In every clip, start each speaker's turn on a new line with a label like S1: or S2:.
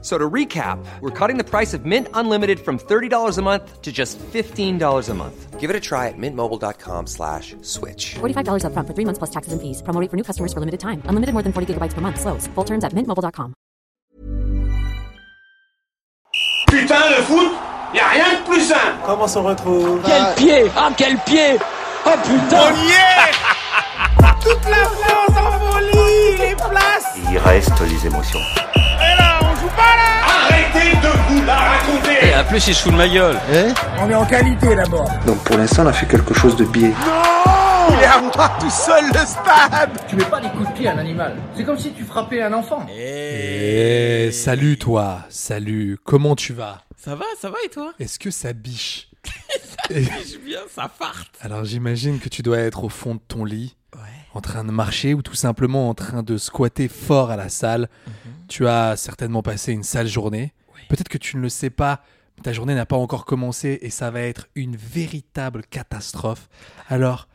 S1: So to recap, we're cutting the price of Mint Unlimited from $30 a month to just $15 a month. Give it a try at mintmobile.com slash switch.
S2: $45 upfront for three months plus taxes and fees. Promo rate for new customers for limited time. Unlimited more than 40 gigabytes per month. Slows. Full terms at mintmobile.com.
S3: Putain, le foot, y a rien de plus simple.
S4: Comment on se retrouve
S5: Quel pied Ah quel pied Oh putain
S3: y est Toute la France en folie, les places.
S6: Il reste les émotions.
S3: Et là, on joue pas là. Arrêtez de vous la raconter.
S5: En plus il se fout de ma gueule
S7: Donc pour l'instant, on a fait quelque chose de biais.
S3: Il est à moi tout seul le stade.
S8: Eh, salut toi, salut, comment tu vas
S9: Ça va, ça va et toi
S8: Est-ce que ça biche
S9: Je suis bien, ça farte.
S8: Alors j'imagine que tu dois être au fond de ton lit,
S9: Ouais.
S8: en train de marcher ou tout simplement en train de squatter fort à la salle.
S9: Mhm.
S8: Tu as certainement passé une sale journée. Peut-être que tu ne le sais pas, mais ta journée n'a pas encore commencé et ça va être une véritable catastrophe. Alors,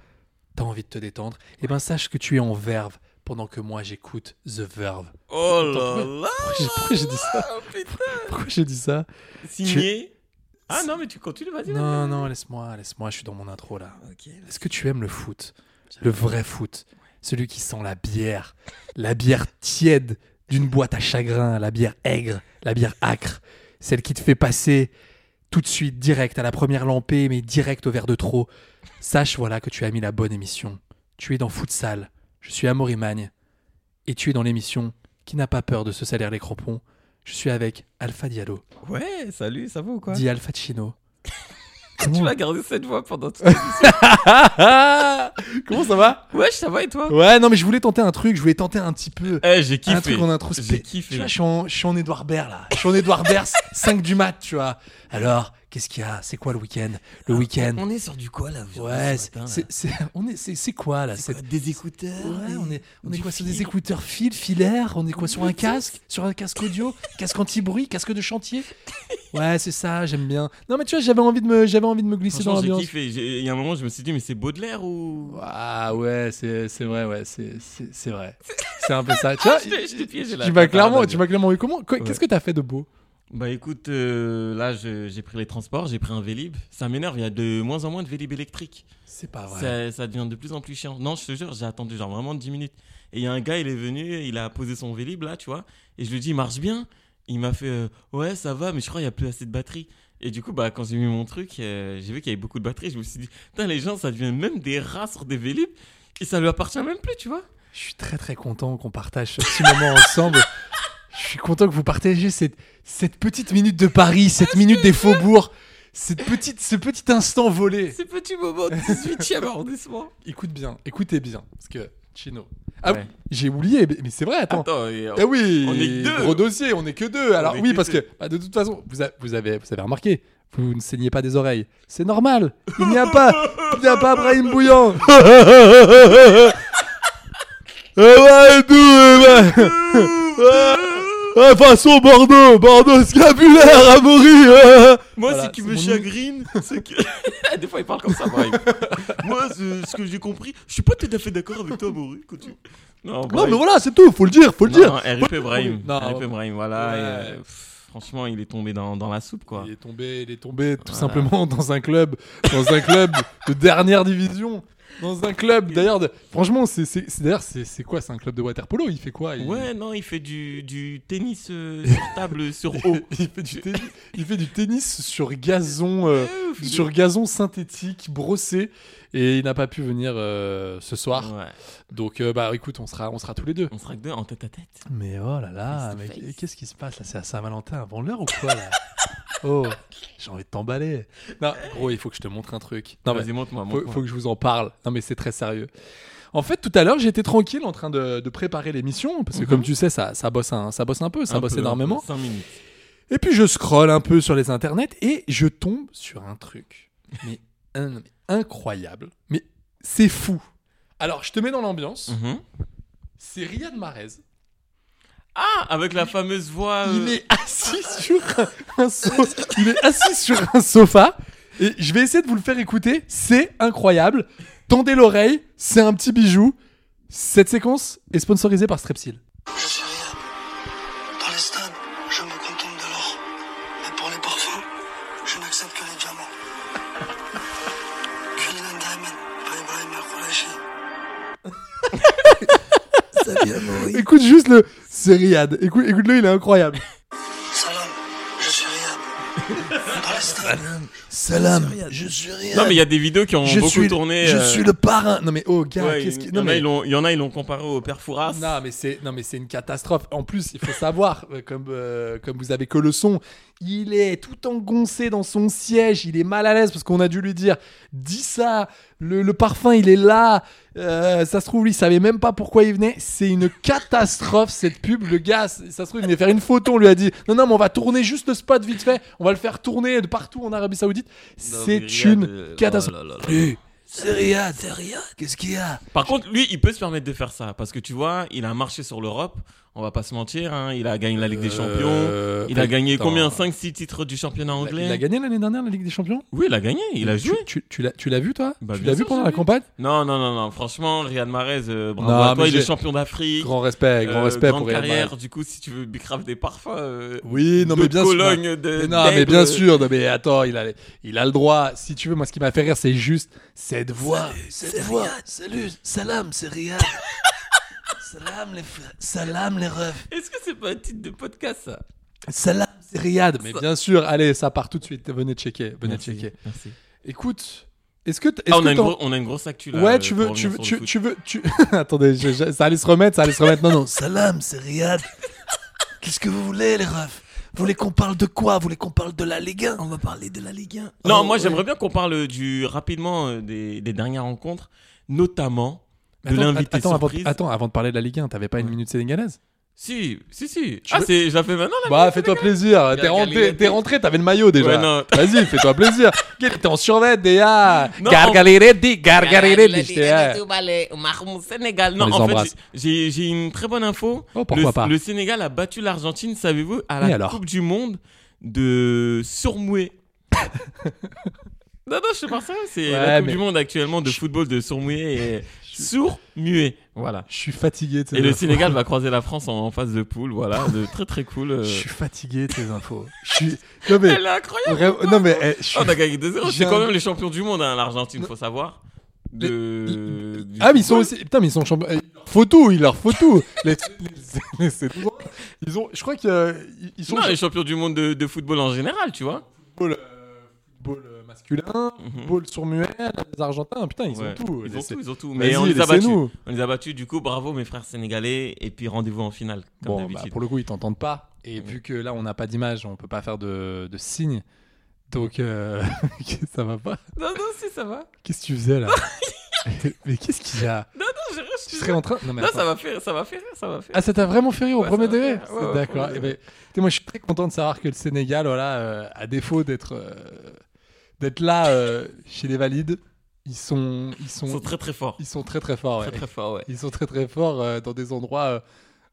S8: t'as envie de te détendre Eh ben sache que tu es en verve pendant que moi j'écoute The Verve.
S9: Oh là là
S8: Pourquoi j'ai- pourquoi j'ai dit ça
S9: Oh putain
S8: Pourquoi j'ai dit ça
S9: Signé. Ah non, mais tu continues, vas-y.
S8: Non,
S9: vas-y.
S8: non, laisse-moi, laisse-moi, je suis dans mon intro là.
S9: Ok.
S8: Est-ce que tu aimes le foot Le vrai foot Celui qui sent la bière. La bière tiède d'une boîte à chagrin, la bière aigre, la bière acre. Celle qui te fait passer tout de suite, direct à la première lampée, mais direct au verre de trop. Sache voilà que tu as mis la bonne émission. Tu es dans Futsal, je suis à Morimagne. Et tu es dans l'émission qui n'a pas peur de se salir les crampons. Je suis avec Alpha Diallo,
S9: Ouais, salut, ça va ou quoi
S8: dit Alpha Chino.
S9: Tu vas garder cette voix pendant toute l'émission.
S8: Comment ça va
S9: Ouais, ça va et toi
S8: Ouais, non, mais je voulais tenter un truc, je voulais tenter un petit peu.
S9: Eh, j'ai kiffé.
S8: Un truc en introspect.
S9: J'ai kiffé.
S8: Tu vois, Je suis en, je suis en Edouard Baird, là. Je suis en Edouard Baird, 5 du mat, tu vois. Alors, qu'est-ce qu'il y a C'est quoi le week-end Le week-end
S9: Ah, On est sur du quoi là
S8: Ouais,
S9: ce
S8: c'est-
S9: matin, là
S8: c'est- c'est on est- c'est- c'est quoi là
S9: C'est
S8: cette-
S9: quoi, Des écouteurs
S8: Ouais,
S9: des-
S8: on est, on est
S9: du
S8: quoi sur des
S9: fil
S8: écouteurs fil, filaires On est quoi sur un
S9: Oui,
S8: casque Sur un casque audio Casque anti-bruit Casque de chantier Ouais, c'est ça, j'aime bien. Non, mais tu vois, j'avais envie de me, j'avais envie de me glisser dans
S9: Franchement, j'ai
S8: l'ambiance.
S9: kiffé. J'ai- Il y a un moment, je me suis dit, mais c'est Baudelaire ou.
S8: Ah ouais, c'est c'est vrai, ouais, c'est- c'est c'est vrai. C'est un peu ça. Tu vois,
S9: Ah, je t'ai- je t'ai piégé, là.
S8: tu m'as clairement,
S9: Pardon.
S8: tu m'as clairement eu comment Qu'est-ce que t'as fait de beau
S9: Bah écoute, euh, là, je- j'ai pris les transports, j'ai pris un Vélib. Ça m'énerve, il y a de moins en moins de Vélib électrique.
S8: C'est pas
S9: ça, ça devient de plus en plus chiant. Non, je te jure, j'ai attendu genre vraiment 10 minutes. Et il y a un gars, il est venu, il a posé son vélib là, tu vois. Et je lui dis, il marche bien. Il m'a fait, euh, ouais, ça va, mais je crois qu'il n'y a plus assez de batterie. Et du coup, bah, quand j'ai mis mon truc, euh, j'ai vu qu'il y avait beaucoup de batterie. Je me suis dit, putain, les gens, ça devient même des rats sur des vélib. Et ça lui appartient même plus, tu vois.
S8: Je suis très très content qu'on partage ce petit moment ensemble. Je suis content que vous partagez cette, cette petite minute de Paris, cette minute des faubourgs, cette petite, ce petit instant volé.
S9: Ces petits moments, 18ème arrondissement.
S8: Écoute bien, écoutez bien, parce que Chino. Ah oui,
S9: Ouais.
S8: j'ai oublié, mais c'est vrai, attends.
S9: Attends, et, euh,
S8: Ah oui,
S9: On est que deux.
S8: gros dossier, on est que deux. Alors
S9: est
S8: oui,
S9: que
S8: parce
S9: deux.
S8: que bah, de toute façon, vous, a- vous avez, vous avez remarqué, vous ne saignez pas des oreilles. C'est normal. Il n'y a pas, il n'y a pas Brahim Bouillant. Eh ouais, et tout, eh ben. Ah, façon Bordeaux, Bordeaux scapulaire, Amaury. euh.
S9: Moi,
S8: Voilà,
S9: ce qui
S8: c'est
S9: me
S8: mon
S9: chagrine, c'est que. Des fois, il parle comme ça, pareil. Moi, ce, ce que j'ai compris, je suis pas tout à fait d'accord avec toi, Maurice. quand tu- Non,
S8: Non,
S9: Brahim.
S8: mais voilà, c'est tout. Faut le dire, faut le dire.
S9: Non, RIP Brahim.
S8: Non.
S9: RIP Brahim, voilà.
S8: Ouais.
S9: et, euh, pff, franchement, il est tombé dans, dans la soupe, quoi.
S8: Il est tombé, il est tombé tout simplement dans un club, dans un club de dernière division, dans un club. D'ailleurs, de- franchement, c'est c'est c'est- d'ailleurs c'est c'est quoi, c'est un club de water polo. Il fait quoi il...
S9: Ouais, non, il fait du, du tennis euh, sur table, sur eau.
S8: Oh, il fait du tennis, il fait du tennis sur gazon, euh,
S9: Ouais, il fait
S8: sur gazon synthétique brossé, et il n'a pas pu venir euh, ce soir.
S9: Ouais.
S8: Donc euh, bah écoute, on sera on sera tous les deux.
S9: On sera que deux en tête à tête.
S8: Mais oh là là,
S9: Face to
S8: mais
S9: face.
S8: qu'est-ce qui se passe là C'est à Saint-Valentin avant l'heure ou quoi là Oh, j'ai envie de t'emballer. Non, gros, il faut que je te montre un truc. Non, mais
S9: Vas-y, montre-moi.
S8: faut,
S9: montre-moi.
S8: faut que je vous en parle. Non, mais c'est très sérieux. En fait, tout à l'heure, j'étais tranquille en train de, de préparer l'émission parce que, comme tu sais, ça, ça bosse un, ça bosse Mhm. un peu, ça
S9: Un
S8: bosse
S9: peu,
S8: énormément.
S9: Cinq minutes.
S8: Et puis, je scrolle un peu sur les internets et je tombe sur un truc, mais, un- mais incroyable. Mais c'est Mhm. fou. Alors, je te mets dans l'ambiance.
S9: Mhm.
S8: C'est Riyad Mahrez
S9: Ah, avec la fameuse voix. euh,
S8: Il est assis sur un, un so- il est assis sur un sofa. Et je vais essayer de vous le faire écouter. C'est incroyable. Tendez l'oreille. C'est un petit bijou. Cette séquence est sponsorisée par Strepsil.
S4: Je suis agréable. Dans les stades, je me contente de l'or. Mais pour les parfums, je n'accepte que les diamants. Queen and Diamond, by Ibrahim Al-Khoureishi.
S8: Écoute juste le. C'est Riyad. Écoute- Écoute-le, il est incroyable.
S4: Salam, je suis agréable. Dans les stades,
S8: Salam, je suis
S9: Non, mais il y a des vidéos qui ont beaucoup tourné. euh,
S8: le parrain. Non mais oh gars,
S9: ouais,
S8: qu'est-ce qui.
S9: il y, en
S8: mais...
S9: a, ils l'ont- il y en a, ils l'ont comparé au père
S6: Ah,
S9: Fouras.
S8: Non mais c'est non mais c'est une catastrophe. En plus, il faut savoir euh, comme euh, comme vous avez que le son, il est tout engoncé dans son siège, il est mal à l'aise parce qu'on a dû lui dire dis ça, le, le parfum il est là. Euh, ça se trouve lui il savait même pas pourquoi il venait. C'est une catastrophe cette pub. Le gars, c- ça se trouve il venait faire une photo, on lui a dit non non mais on va tourner juste le spot vite fait, on va le faire tourner de partout en Arabie Saoudite.
S6: mais
S8: C'est
S6: Riyad,
S8: une
S6: euh,
S8: catastrophe.
S6: oh là là
S8: C'est Riyad, c'est Riyad. Qu'est-ce qu'il y a
S9: Par contre, lui, il peut se permettre de faire ça. Parce que tu vois, il a marché sur l'Europe. On va pas se mentir. hein, il a gagné la Ligue des Champions.
S8: Euh,
S9: Il a gagné
S8: attends.
S9: combien 5-6 titres du championnat
S8: Il a-
S9: anglais
S8: Il a gagné l'année dernière la Ligue des Champions
S9: Oui, il a gagné. Il a
S8: Tu-
S9: joué.
S8: Tu, tu l'as- tu l'as vu, toi
S9: Bah,
S8: Tu
S9: bien
S8: l'as vu
S9: sûr,
S8: pendant la
S9: j'ai vu.
S8: campagne
S9: Non, non, non, non. Franchement, Riyad Mahrez, euh, bravo
S8: Non,
S9: à toi.
S8: mais
S9: Il est
S8: j'ai-
S9: champion d'afrique.
S8: Grand respect, grand
S9: Euh,
S8: respect
S9: grande
S8: pour Real
S9: carrière.
S8: Madrid.
S9: Du coup, si tu veux bicrave des parfums. euh,
S8: Oui, non,
S9: de
S8: mais bien sûr.
S9: Cologne, de-
S8: Mais non, mais
S9: d'Aigle.
S8: bien sûr. Non, mais attends, il a, il a le droit. Si tu veux, moi, ce qui m'a fait rire, c'est juste cette voix.
S6: Cette voix. Salut, salam, c'est Riyad. salam, les frères. Salam, les refs.
S9: Est-ce que c'est pas un titre de podcast, ça
S8: Salam, c'est Riyad. Mais bien sûr, allez, ça part tout de suite. Venez checker, venez
S9: Merci,
S8: checker.
S9: merci.
S8: Écoute, est-ce que, t- est-ce
S9: Ah, on,
S8: que
S9: a une
S8: t'en-
S9: gro- on a une grosse actu là.
S8: ouais,
S9: euh,
S8: tu
S9: pour
S8: veux, tu
S9: revenir
S8: veux,
S9: sur
S8: tu,
S9: le foot.
S8: tu veux, tu. Attendez, je- je- ça allait se remettre, ça allait se remettre. Non, non.
S6: Salam, c'est Riyad. Qu'est-ce que vous voulez, les refs Vous voulez qu'on parle de quoi Vous voulez qu'on parle de la Ligue 1 On va parler de la Ligue 1.
S9: Non,
S8: Oh.
S9: moi j'aimerais bien qu'on parle du rapidement euh, des, des dernières rencontres, notamment de
S8: Attends,
S9: l'invité
S8: attends, avant,
S9: surprise.
S8: attends, avant de parler de la Ligue 1, t'avais pas une minute sénégalaise
S9: Si, si, si.
S8: Tu
S9: Ah,
S8: veux-
S9: c'est, je la fais maintenant là.
S8: Bah, fais-toi plaisir. T'es
S9: la
S8: rentré,
S9: Galilée.
S8: t'es rentré, t'avais le maillot déjà.
S9: Ouais, non.
S8: Vas-y, fais-toi plaisir. Quel- T'es en survêt déjà.
S9: Non,
S8: Gargarireddi, gargarireddi. j'étais-
S9: Sénégal.
S8: On
S9: Non,
S8: les
S9: en
S8: embrasse.
S9: fait, j'ai, j'ai- j'ai une très bonne info.
S8: Oh, pourquoi
S9: le,
S8: pas.
S9: le Sénégal a battu l'Argentine, savez-vous, à
S8: Et
S9: la
S8: alors
S9: Coupe du Monde de Sourmoué. non, non, je sais pas ça.
S8: Ouais,
S9: C'est la Coupe
S8: mais-
S9: du Monde actuellement de football de Sourmoué et Sourd-Muet. Voilà.
S8: Je suis fatigué de ces
S9: Et le
S8: infos.
S9: Sénégal va croiser la France en, en phase de poule. Voilà, de très très cool. euh.
S8: Je suis fatigué de tes infos. Je suis. Non mais,
S9: Elle est incroyable.
S8: vraiment- non mais, eh, je suis-
S9: Oh, on a gagné 2-0.
S8: J'ai
S9: C'est quand
S8: un-
S9: même les champions du monde, hein, l'Argentine, faut savoir. De... du
S8: Ah mais ils sont
S9: football.
S8: aussi. Putain mais ils sont champions. Eh, Faut tout, il leur faut tout. Les- les- c'est tout. Ils ont. Je crois qu'ils sont
S9: Non, les champions du monde de, de football en général, tu vois.
S8: football, euh, football, euh, masculin, football sur muet, les Argentins. Putain ils ont
S9: Mhm. Ouais.
S8: tout.
S9: Ils ont
S8: Laissez-
S9: tout, ils ont tout. Mais
S8: Vas-y,
S9: on les a battus.
S8: laissez-nous.
S9: On les a battus, du coup, bravo mes frères sénégalais. Et puis rendez-vous en finale, comme
S8: Bon, bah,
S9: d'habitude. Mm.
S8: pour le coup, ils t'entendent pas. Et vu que là, on n'a pas d'image, on peut pas faire de, de signes. Donc, euh, ça va pas.
S9: Non, non, si, ça va.
S8: Qu'est-ce que tu faisais là Mais qu'est-ce qu'il y a
S9: Non, non, j'ai rien, je
S8: Tu
S9: te
S8: serais
S9: jure.
S8: en train. Non, mais
S9: Non,
S8: attends.
S9: ça va faire, ça va faire, ça va faire.
S8: Ah, ça t'a vraiment fait rire au
S9: Ouais,
S8: premier
S9: ça m'a
S8: degré
S9: fait rire. Ouais, ouais,
S8: D'accord.
S9: ouais.
S8: Eh ben, tu sais, moi, je suis très content de savoir que le Sénégal, voilà, euh, à défaut d'être euh, d'être là euh, chez les valides, ils sont ils sont
S9: Ils sont très très forts.
S8: ils sont très très forts.
S9: Très
S8: ouais.
S9: très forts, ouais.
S8: Ils sont très très forts euh, dans des endroits euh,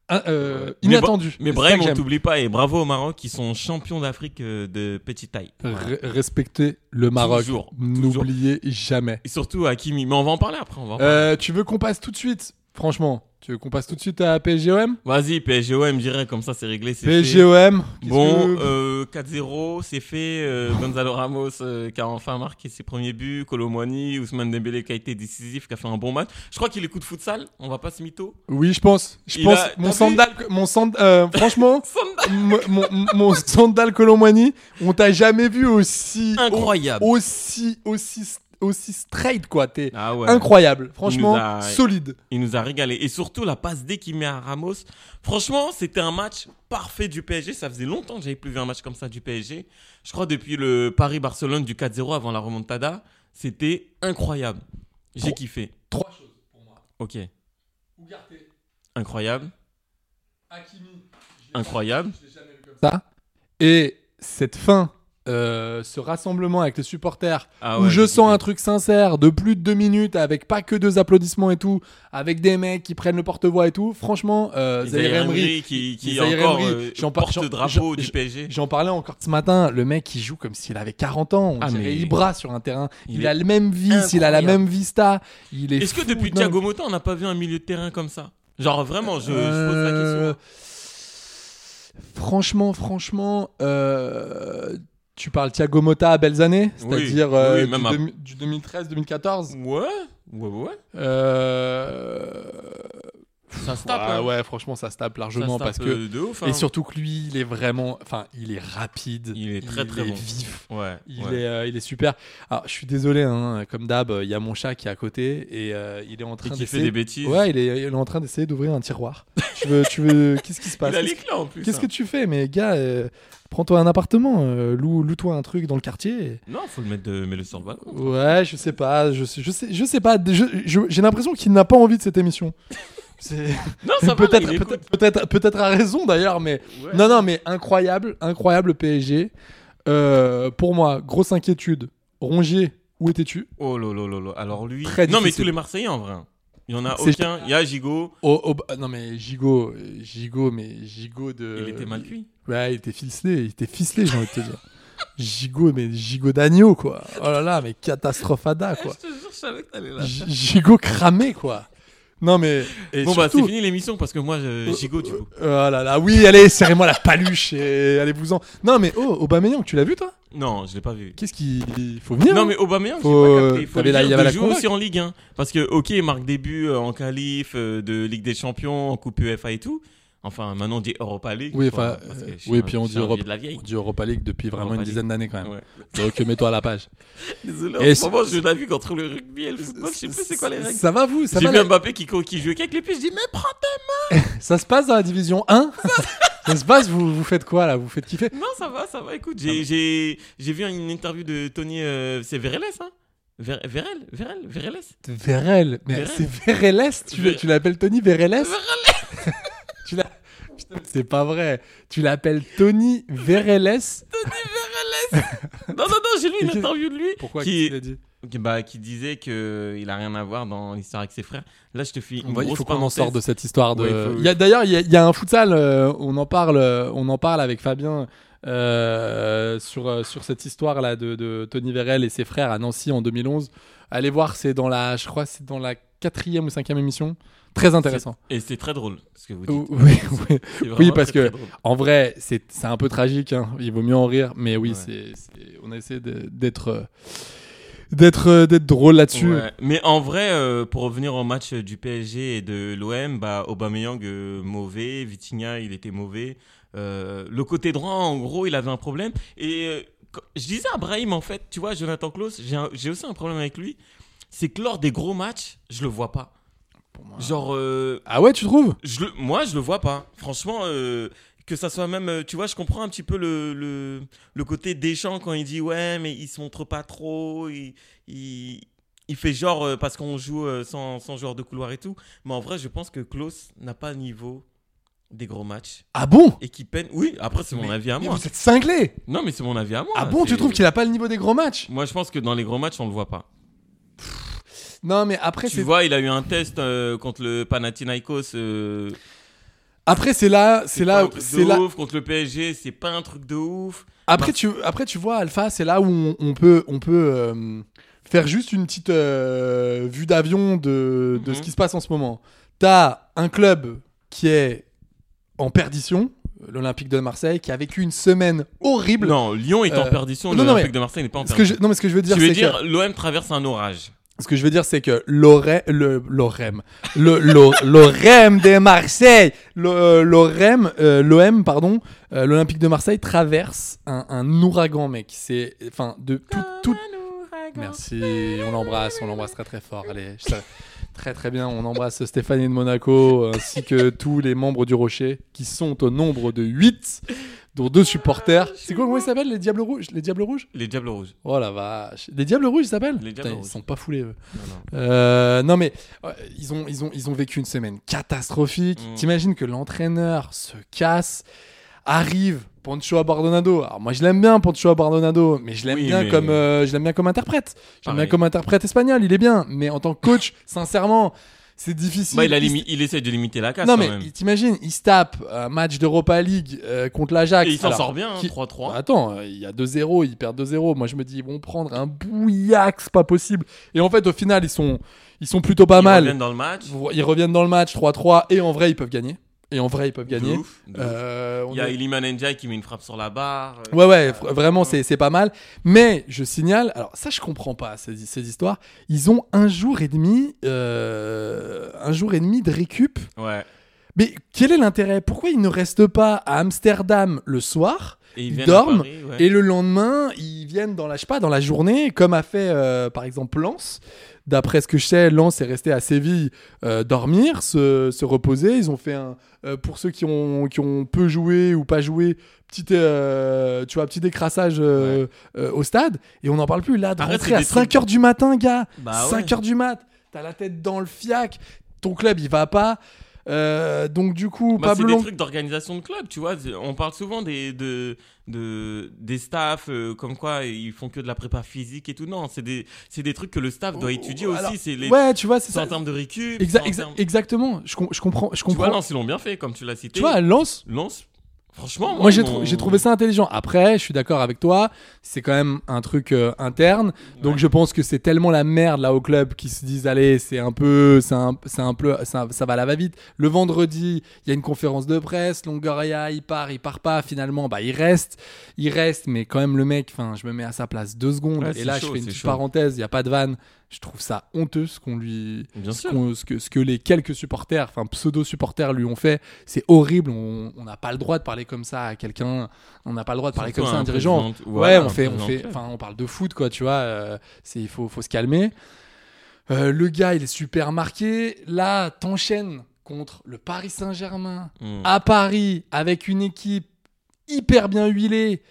S8: in- euh,
S9: Ouais. Mais bra-
S8: inattendus.
S9: Mais
S8: C'est ça
S9: Brahim,
S8: que
S9: on
S8: j'aime.
S9: t'oublie pas. Et bravo au Maroc, qui sont champions d'Afrique euh, de petite taille.
S8: Re- respecter le Maroc.
S9: Toujours, toujours.
S8: N'oubliez jamais.
S9: Et surtout Hakimi. Mais on va en parler après. On va en parler.
S8: Euh, tu veux qu'on passe tout de suite Franchement, tu veux qu'on passe tout de suite à PSGOM
S9: Vas-y, PSGOM, dirais, comme ça c'est réglé. c'est fait.
S8: PSGOM. qu'est-ce
S9: Bon,
S8: que-
S9: euh, 4-0, c'est fait. euh, Gonzalo Ramos euh, qui a enfin marqué ses premiers buts. Colomwani, Ousmane Dembélé qui a été décisif, qui a fait un bon match. Je crois qu'il est coup de futsal, on va pas se mytho.
S8: Oui, je pense. Je
S9: il
S8: pense.
S9: a-
S8: mon
S9: t'as
S8: sandal, mon sand- euh, franchement,
S9: Sandal.
S8: mon, mon- mon sandal Colomwani, on t'a jamais vu aussi
S9: Incroyable.
S8: oh, aussi aussi aussi straight quoi. T'es
S9: Ah ouais.
S8: incroyable. Franchement,
S9: Il nous a-
S8: solide.
S9: Il nous a régalé. Et surtout, la passe D qu'il met à Ramos. Franchement, c'était un match parfait du PSG. Ça faisait longtemps que j'avais plus vu un match comme ça du PSG. Je crois depuis le Paris-Barcelone du 4-0 avant la remontada. C'était incroyable. J'ai
S8: Trois-
S9: kiffé.
S8: Trois choses pour moi.
S9: Ok. Incroyable.
S8: Hakimi.
S9: Incroyable.
S8: ça. Et cette fin euh, ce rassemblement avec les supporters
S9: Ah
S8: où
S9: ouais,
S8: je
S9: j'ai
S8: sens
S9: kiffé.
S8: un truc sincère de plus de deux minutes avec pas que deux applaudissements et tout, avec des mecs qui prennent le porte-voix et tout. Franchement, euh, Zaïre
S9: Zaïre
S8: Emery,
S9: Emery qui, qui est
S8: Zaïre
S9: encore
S8: Emery,
S9: euh,
S8: j'en par- j'en- j'en-
S9: porte-drapeau du
S8: j'en-
S9: PSG.
S8: J'en parlais encore ce matin, le mec il joue comme s'il avait 40 ans, on
S9: Ah,
S8: dirait
S9: mais-
S8: Ibra sur un terrain. Il,
S9: Il est
S8: a le même vice, il a la
S9: incroyable.
S8: même vista, il est
S9: Est-ce que
S8: fou
S9: depuis
S8: dingue.
S9: Thiago Motta, on n'a pas vu un milieu de terrain comme ça Genre vraiment, je, je pose la
S8: Euh,
S9: question.
S8: Franchement, franchement, euh, tu parles Thiago Motta à belles années,
S9: Oui,
S8: c'est-à-dire euh,
S9: oui, même à-
S8: du, 2013-2014.
S9: Ouais, ouais, ouais. Ça se tape.
S8: Ouais,
S9: hein.
S8: euh, bah ouais, franchement, ça se tape
S9: Ça
S8: largement
S9: se
S8: parce
S9: tape
S8: que.
S9: euh, de ouf. hein.
S8: Et surtout que lui, il est vraiment. Enfin, il est rapide.
S9: Il est très, très bon.
S8: vif.
S9: Ouais,
S8: Il,
S9: ouais.
S8: est, euh, il est super. Alors, je suis désolé, hein, comme d'hab, il y a mon chat qui est à côté et euh, il est en
S9: Et
S8: train
S9: qui fait
S8: d'essayer.
S9: des bêtises.
S8: Ouais, il est, il est en train d'essayer d'ouvrir un tiroir. tu veux, tu veux, qu'est-ce qui se passe
S9: il a
S8: Qu'est-ce
S9: les clés en plus.
S8: Qu'est-ce que
S9: hein.
S8: tu fais Mais gars, euh, prends-toi un appartement, euh, loue, toi un truc dans le quartier.
S9: Non, faut le mettre de mais le sort pas.
S8: Ouais, je sais pas, je sais, je sais, je sais pas. je- je- J'ai l'impression qu'il n'a pas envie de cette émission. C'est-
S9: Non, ça va,
S8: Peut-être,
S9: il
S8: peut-être,
S9: écoute.
S8: peut-être, peut-être à raison d'ailleurs, mais non, non, mais incroyable, incroyable PSG. Euh, pour moi, grosse inquiétude. Rongier, où étais-tu
S9: Oh là là là là. Alors lui.
S8: Très
S9: non, mais
S8: difficile.
S9: tous les Marseillais en vrai. hein. Il y en a
S8: C'est-
S9: aucun. Il y a Gigot.
S8: Oh, oh, bah, Non mais Gigot, euh, Gigot, mais Gigot de.
S9: Il était mal cuit.
S8: Ouais, il était ficelé, il était ficelé, j'ai envie de te dire. Gigot, mais gigot d'agneau, quoi. Oh là là, mais catastrophada, quoi.
S9: te jure, je savais que t'allais
S8: Gi- Gigot cramé, quoi. Non, mais. et
S9: Bon bah c'est
S8: surtout-
S9: fini l'émission parce que moi je- Gigot du coup.
S8: Oh là là, oui, allez, serrez-moi la paluche et allez-vous-en. Non, mais oh, Aubameyang, tu l'as vu, toi
S9: Non, je l'ai pas vu.
S8: Qu'est-ce qu'il il faut venir
S9: Non
S8: hein
S9: mais Aubameyang, j'ai
S8: Faut,
S9: pas
S8: euh,
S9: capté. Faut
S8: t'avais
S9: le
S8: la-
S9: dire,
S8: il y avait
S9: de
S8: la
S9: jouer
S8: convoque.
S9: aussi en Ligue 1 parce que OK, il marque des buts euh, en qualif euh, de Ligue des Champions, en Coupe UEFA et tout. Enfin, maintenant on dit Europa League.
S8: Oui,
S9: quoi,
S8: enfin,
S9: oh, parce que
S8: euh,
S9: je suis
S8: oui,
S9: un-
S8: puis on
S9: je suis
S8: dit,
S9: un
S8: Europe,
S9: vieux de la vieille.
S8: on dit Europa League depuis vraiment
S9: Europa
S8: une
S9: League.
S8: dizaine d'années quand même.
S9: Ouais.
S8: Donc euh, mets-toi à la page.
S9: Désolé,
S8: Ah Et
S9: en ce
S8: c'est-
S9: moment, je la vu contre le rugby et le football, je sais plus c'est quoi les règles.
S8: Ça va vous Ça
S9: J'ai
S8: va
S9: vu
S8: la-
S9: Mbappé qui, co- qui jouait avec les pieds, je dis mais prends
S8: Ça se passe dans la division 1 Ça se passe, vous, vous faites quoi là Vous faites kiffer
S9: Non, ça va, ça va, écoute.
S8: Ah
S9: J'ai, j'ai, j'ai vu une interview de Tony. euh, c'est Vereles, hein Ver- Verel Verel Vereles
S8: Vérel, mais
S9: Vérel.
S8: c'est Vérelles, tu,
S9: Vé-
S8: tu l'appelles Tony Vérelles Tu l'as- Putain, C'est pas vrai. Tu l'appelles Tony Vérelles
S9: Non, non, non, j'ai lu
S8: Et qu'est-
S9: une interview de lui.
S8: Pourquoi
S9: qui,
S8: tu l'as dit
S9: qui- bah, qui disait qu'il a rien à voir dans l'histoire avec ses frères. Là, je te fais une
S8: On va- Il
S9: grosse
S8: faut qu'on en
S9: parenthèse.
S8: sorte de cette histoire. De...
S9: Ouais, il faut-
S8: Il y a- D'ailleurs, il y, a- il y a un futsal, euh, on, en parle, euh, on en parle avec Fabien euh, sur, euh, sur cette histoire là de, de Tony Vérel et ses frères à Nancy en 2011. Allez voir, c'est dans la, je crois, que c'est dans la quatrième ou cinquième émission. Très intéressant.
S9: Et c'est très drôle ce que vous
S8: Oui,
S9: dites.
S8: oui,
S9: C'est vraiment
S8: oui, parce
S9: très,
S8: que-
S9: très drôle.
S8: En vrai, c'est c'est un peu tragique. hein. Il vaut mieux en rire, mais oui,
S9: Ouais.
S8: c'est c'est- on a essayé de- d'être euh, d'être euh, d'être drôle là-dessus.
S9: Ouais. Mais en vrai, euh, pour revenir au match euh, du PSG et de l'OM, bah, Aubameyang euh, mauvais, Vitinha il était mauvais. Euh, le côté droit, en gros, il avait un problème. Et euh, quand- je disais à Brahim, en fait, tu vois, Jonathan Klaus, j'ai un- j'ai aussi un problème avec lui. C'est que lors des gros matchs, je le vois pas. Genre, euh,
S8: Ah ouais, tu trouves
S9: je le- moi, je le vois pas. Franchement, euh, que ça soit même. euh, Tu vois, je comprends un petit peu le, le, le côté Deschamps quand il dit Ouais, mais il se montre pas trop. Il, il, il fait genre euh, parce qu'on joue euh, sans, sans joueur de couloir et tout. Mais en vrai, je pense que Klaus n'a pas le niveau des gros matchs
S8: Ah bon
S9: et qui peine. Oui, après, c'est mon avis à
S8: Mais
S9: Ah, moi.
S8: vous êtes cinglé
S9: Non, mais c'est mon avis à moi.
S8: Ah bon, tu
S9: C'est-
S8: trouves qu'il a pas le niveau des gros matchs
S9: Moi, je pense que dans les gros matchs, on le voit pas.
S8: Non, mais après,
S9: Tu
S8: c'est
S9: vois, il a eu un test euh, contre le Panathinaikos. euh,
S8: après c'est là, c'est
S9: pas
S8: là,
S9: un truc
S8: c'est
S9: de
S8: là.
S9: ouf contre le PSG, c'est pas un truc de ouf.
S8: Après tu, après tu vois Alpha, c'est là où on, on peut, on peut euh, faire juste une petite euh, vue d'avion de, de
S9: Mhm.
S8: ce qui se passe en ce moment. T'as un club qui est en perdition, l'Olympique de Marseille, qui a vécu une semaine horrible.
S9: Non, Lyon est en
S8: Euh,
S9: perdition,
S8: non, non,
S9: l'Olympique
S8: mais-
S9: de Marseille n'est pas en
S8: Ce que je,
S9: perdition.
S8: non mais ce que je veux dire,
S9: tu veux
S8: c'est que
S9: dire, l'OM traverse un orage.
S8: Ce que je veux dire, c'est que l'OREM, le, l'OREM, le, l'O- l'OREM de Marseille, le- l'OREM, euh, l'OM, pardon, euh, l'Olympique de Marseille traverse un, un ouragan, mec. C'est, enfin, de tout, tout- Merci, on l'embrasse, on l'embrasse très très fort. Allez, je- très très bien, on embrasse Stéphanie de Monaco ainsi que tous les membres du Rocher qui sont au nombre de 8, dont deux supporters. C'est quoi, comment ils s'appellent les Diables Rouges Les Diables Rouges
S9: Les Diables Rouges.
S8: Oh la vache. Les Diables Rouges, ils s'appellent
S9: Les Diables
S8: Putain,
S9: Rouges.
S8: Ils sont pas foulés, eux.
S9: Non, non.
S8: Euh, non mais euh, ils ont ils ont ils ont vécu une semaine catastrophique.
S9: Mm.
S8: T'imagines que l'entraîneur se casse, arrive Poncho Abandonado. Alors moi je l'aime bien Poncho Abandonado, mais je l'aime
S9: Oui,
S8: bien
S9: mais-
S8: comme euh, je l'aime bien comme interprète. Je l'aime bien
S9: Pareil.
S8: comme interprète espagnol, il est bien, mais en tant que coach, sincèrement, c'est difficile.
S9: Bah, il, a
S8: Il se-
S9: limi- il essaie de limiter la casse
S8: Non
S9: quand
S8: mais
S9: même.
S8: il- t'imagines, il se tape un match d'Europa League euh, contre l'Ajax.
S9: Et il s'en
S8: Alors,
S9: sort bien, hein,
S8: qui-
S9: 3-3.
S8: bah, Attends, euh, il y a 2-0, ils perdent 2-0. Moi, je me dis, ils vont prendre un bouillax pas possible. Et en fait, au final, ils sont, ils sont plutôt pas
S9: Ils
S8: mal.
S9: reviennent dans le match.
S8: Ils reviennent dans le match 3-3 et en vrai, ils peuvent gagner. Et en vrai, ils peuvent gagner.
S9: De ouf, de ouf.
S8: Euh, on
S9: Il y a
S8: est-
S9: Iliman Ndiaye qui met une frappe sur la barre.
S8: Ouais, ouais, fr- vraiment, c'est c'est pas mal. Mais je signale, alors ça, je comprends pas ces, ces histoires. Ils ont un jour et demi, euh, un jour et demi de récup.
S9: Ouais.
S8: Mais quel est l'intérêt Pourquoi ils ne restent pas à Amsterdam le soir
S9: Et
S8: Ils
S9: viennent à
S8: dorment
S9: Paris, ouais. Bah,
S8: et le lendemain, ils viennent dans la, je sais pas, dans la journée, comme a fait euh, par exemple Lens. D'après ce que je sais, Lens est resté à Séville euh, dormir, se, se reposer. Ils ont fait un, euh, pour ceux qui ont, qui ont peu joué ou pas joué, petit, euh, tu vois, petit décrassage euh, euh, au stade. Et on n'en parle plus. Là, de
S9: Arrête,
S8: rentrer
S9: c'est
S8: à
S9: des
S8: 5
S9: trucs-
S8: heures du matin, gars.
S9: Bah ouais.
S8: 5 heures du mat. T'as la tête dans le fiac. Ton club, il va pas. Euh, donc du coup,
S9: Bah, c'est
S8: Pablo.
S9: des trucs d'organisation de club, tu vois. C'est- On parle souvent des, de, de- des staffs, euh, comme quoi ils font que de la prépa physique et tout. Non, c'est des, c'est des trucs que le staff doit étudier
S8: Oh, Alors,
S9: aussi. C'est les-
S8: Ouais, tu vois, c'est
S9: c'est
S8: ça.
S9: en termes de récup.
S8: Exa-
S9: c'est en
S8: exa-
S9: termes-
S8: Exactement. Je, com- je comprends. Je
S9: Tu vois,
S8: comprends.
S9: Lens, ils l'ont bien fait, comme tu l'as cité.
S8: Tu vois, Lens.
S9: Lens, franchement.
S8: Moi, j'ai
S9: on-
S8: trou- j'ai trouvé ça intelligent. Après, je suis d'accord avec toi. C'est quand même un truc euh, interne. Donc, je pense que c'est tellement la merde là au club qu'ils se disent allez, c'est un peu, c'est un, c'est un peu, ça, ça va à la va vite. Le vendredi, il y a une conférence de presse. Longoria, il part, il part pas. Finalement, bah, il reste, il reste. Mais quand même, le mec. Enfin, je me mets à sa place deux secondes.
S9: Ouais,
S8: et
S9: c'est
S8: là,
S9: chaud,
S8: je fais une
S9: c'est
S8: petite
S9: chaud.
S8: parenthèse. Il y a pas de vanne. Je trouve ça honteux ce qu'on lui,
S9: Bien
S8: ce,
S9: sûr.
S8: qu'on- ce que, ce que les quelques supporters, enfin pseudo-supporters lui ont fait, c'est horrible. On on n'a pas le droit de parler comme ça à quelqu'un. On n'a pas le droit de parler
S9: Surtout
S8: comme ça à un
S9: un
S8: dirigeant.
S9: président-
S8: Ouais,
S9: voilà,
S8: on
S9: un
S8: fait, on
S9: président
S8: fait.
S9: de club.
S8: Enfin, on parle de foot, quoi. Tu vois, euh, c'est il faut, faut se calmer. Euh, le gars, il est super marqué. Là, t'enchaînes contre le Paris Saint-Germain
S9: Mm.
S8: à Paris avec une équipe hyper bien huilée,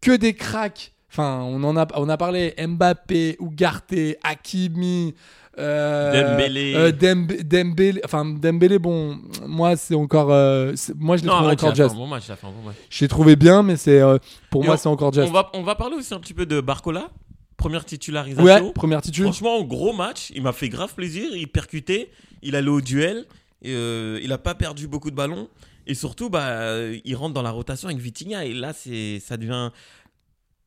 S8: que des cracks. Enfin, on en a, on a parlé Mbappé, Ugarte, Hakimi, euh,
S9: Dembélé.
S8: euh, Demb- Dembélé. Enfin, Dembélé, bon, moi c'est encore, euh, c'est- moi je l'ai
S9: Non,
S8: trouvé
S9: arrête, il a
S8: encore
S9: fait un
S8: just.
S9: bon match, il a fait un bon match.
S8: Je l'ai trouvé bien, mais c'est euh, pour
S9: Et
S8: moi
S9: on-
S8: c'est encore
S9: On
S8: just.
S9: va, on va parler aussi un petit peu de Barcola, première titularisation.
S8: Ouais, première titule.
S9: Franchement, gros match. Il m'a fait grave plaisir. Il percutait. Il allait au duel. et, euh, il a pas perdu beaucoup de ballons. Et surtout, bah, euh, il rentre dans la rotation avec Vitinha. Et là, c'est, ça devient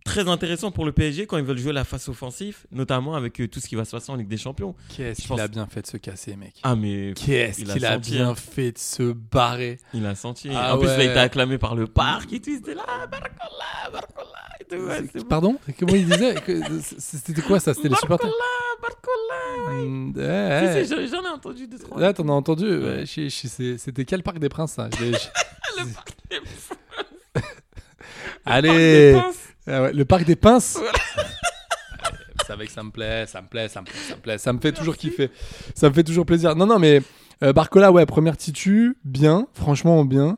S9: très intéressant pour le PSG quand ils veulent jouer la face offensive, notamment avec euh, tout ce qui va se passer en Ligue des Champions.
S8: Qu'est-ce
S9: je
S8: qu'il a
S9: pense-
S8: bien fait de se casser, mec.
S9: Ah, mais
S8: Qu'est-ce
S9: il a
S8: qu'il a,
S9: senti,
S8: bien
S9: hein.
S8: fait de se barrer.
S9: il a senti.
S8: Ah
S9: en plus, il
S8: ouais.
S9: a été acclamé par le parc et tout. Il était là, Barcola, Barcola. Et tout. Ouais, c'est bon.
S8: Pardon Comment il disait Que- C'était quoi ça C'était les supporters
S9: Barcola, Barcola.
S8: Mm, ouais,
S9: Si,
S8: ouais.
S9: si, j'en- j'en ai entendu deux, trois.
S8: Là, t'en as entendu. euh, ouais, je- je- c'est- C'était quel parc des princes, ça Je l'ai- je- Allez
S9: Des pinces.
S8: Ah ouais, Le parc des pinces Vous savez que ça me plaît, ça me plaît, ça me plaît, ça me plaît. Ça me fait toujours kiffer. Ça me fait toujours plaisir. Non, non, mais euh, Barcola, ouais, première titu, bien, franchement bien.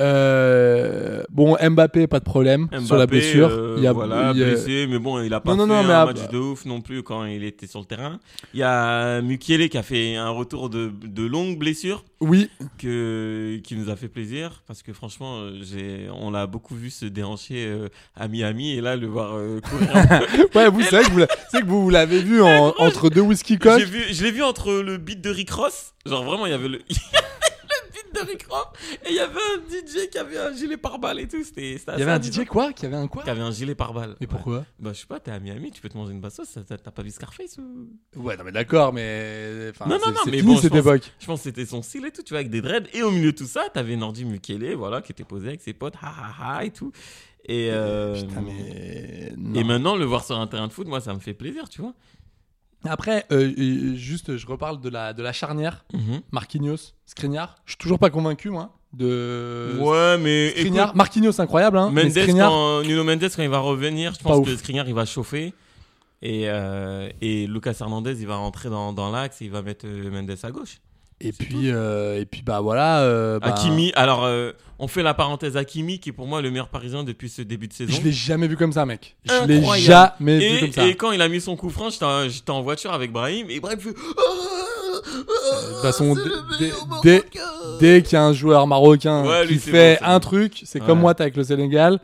S8: Euh, bon, Mbappé, pas de problème sur la
S9: Mbappé,
S8: blessure.
S9: euh,
S8: il y a,
S9: voilà,
S8: il y a-
S9: blessé, mais bon, il a pas
S8: Non, non,
S9: fait
S8: non, mais
S9: un
S8: à-
S9: match de ouf non plus quand il était sur le terrain. Il y a Mukiele qui a fait un retour de, de longue blessure
S8: Oui,
S9: que, qui nous a fait plaisir parce que franchement, euh, j'ai, on l'a beaucoup vu se déhancher euh, à Miami et là, le voir euh, courir. un peu.
S8: ouais, vous savez que vous, l'a- c'est que vous, vous l'avez vu en- entre deux whisky cock.
S9: J'ai vu, je l'ai vu entre le beat de Rick Ross, genre vraiment, il y avait le. il y avait le beat De Rick Ross, et il y avait un DJ qui avait un gilet pare-balles et tout. C'était, c'était
S8: Il y avait
S9: assez
S8: un
S9: amusant.
S8: DJ quoi Qui avait un quoi
S9: qui avait un gilet pare-balles.
S8: Mais
S9: Ouais.
S8: pourquoi
S9: Bah, je sais pas, t'es à Miami, tu peux te manger une bassos, ça- t'as t'as pas vu Scarface ou.
S8: Ouais, non, mais d'accord, mais. Enfin,
S9: Non, non,
S8: c'est-
S9: non,
S8: c'est
S9: mais
S8: fini,
S9: bon, je
S8: cette
S9: pense-
S8: époque.
S9: Je pense que c'était son style et tout, tu vois, avec des dreads. Et au milieu de tout ça, t'avais Nordi Mukele, voilà, qui était posé avec ses potes, ha ha ha et tout. Et, euh,
S8: Putain, mais.
S9: et
S8: non.
S9: maintenant, le voir sur un terrain de foot, moi, ça me fait plaisir, tu vois.
S8: Après, euh, euh, juste, je reparle de la, de la charnière.
S9: Mhm.
S8: Marquinhos, Skriniar. Je suis toujours pas convaincu, moi, de.
S9: ouais, mais. écoute,
S8: Skriniar. Marquinhos, incroyable, hein. mais
S9: Mendes,
S8: Skriniar.
S9: quand, euh, Nuno Mendes, quand il va revenir, je
S8: Pas
S9: pense que
S8: ouf.
S9: Skriniar, il va chauffer. Et, euh, et Lucas Hernandez, il va rentrer dans, dans l'axe et il va mettre euh, Mendes à gauche.
S8: Et puis, euh, et puis, bah voilà. euh, bah,
S9: Hakimi, alors, euh, on fait la parenthèse Hakimi, qui est pour moi le meilleur parisien depuis ce début de saison.
S8: Je l'ai jamais vu comme ça, mec. Je l'ai
S9: Incroyable.
S8: jamais vu
S9: Et,
S8: comme ça.
S9: et quand il a mis son coup franc, j'étais en, j'étais en voiture avec Brahim et Brahim fait Ah
S8: De toute façon, dès- dès- dès, dès qu'il y a un joueur marocain
S9: Ouais, lui,
S8: qui
S9: c'est
S8: fait
S9: bon, c'est
S8: un
S9: bon.
S8: truc, c'est
S9: Ouais.
S8: comme moi t'as avec le Sénégal,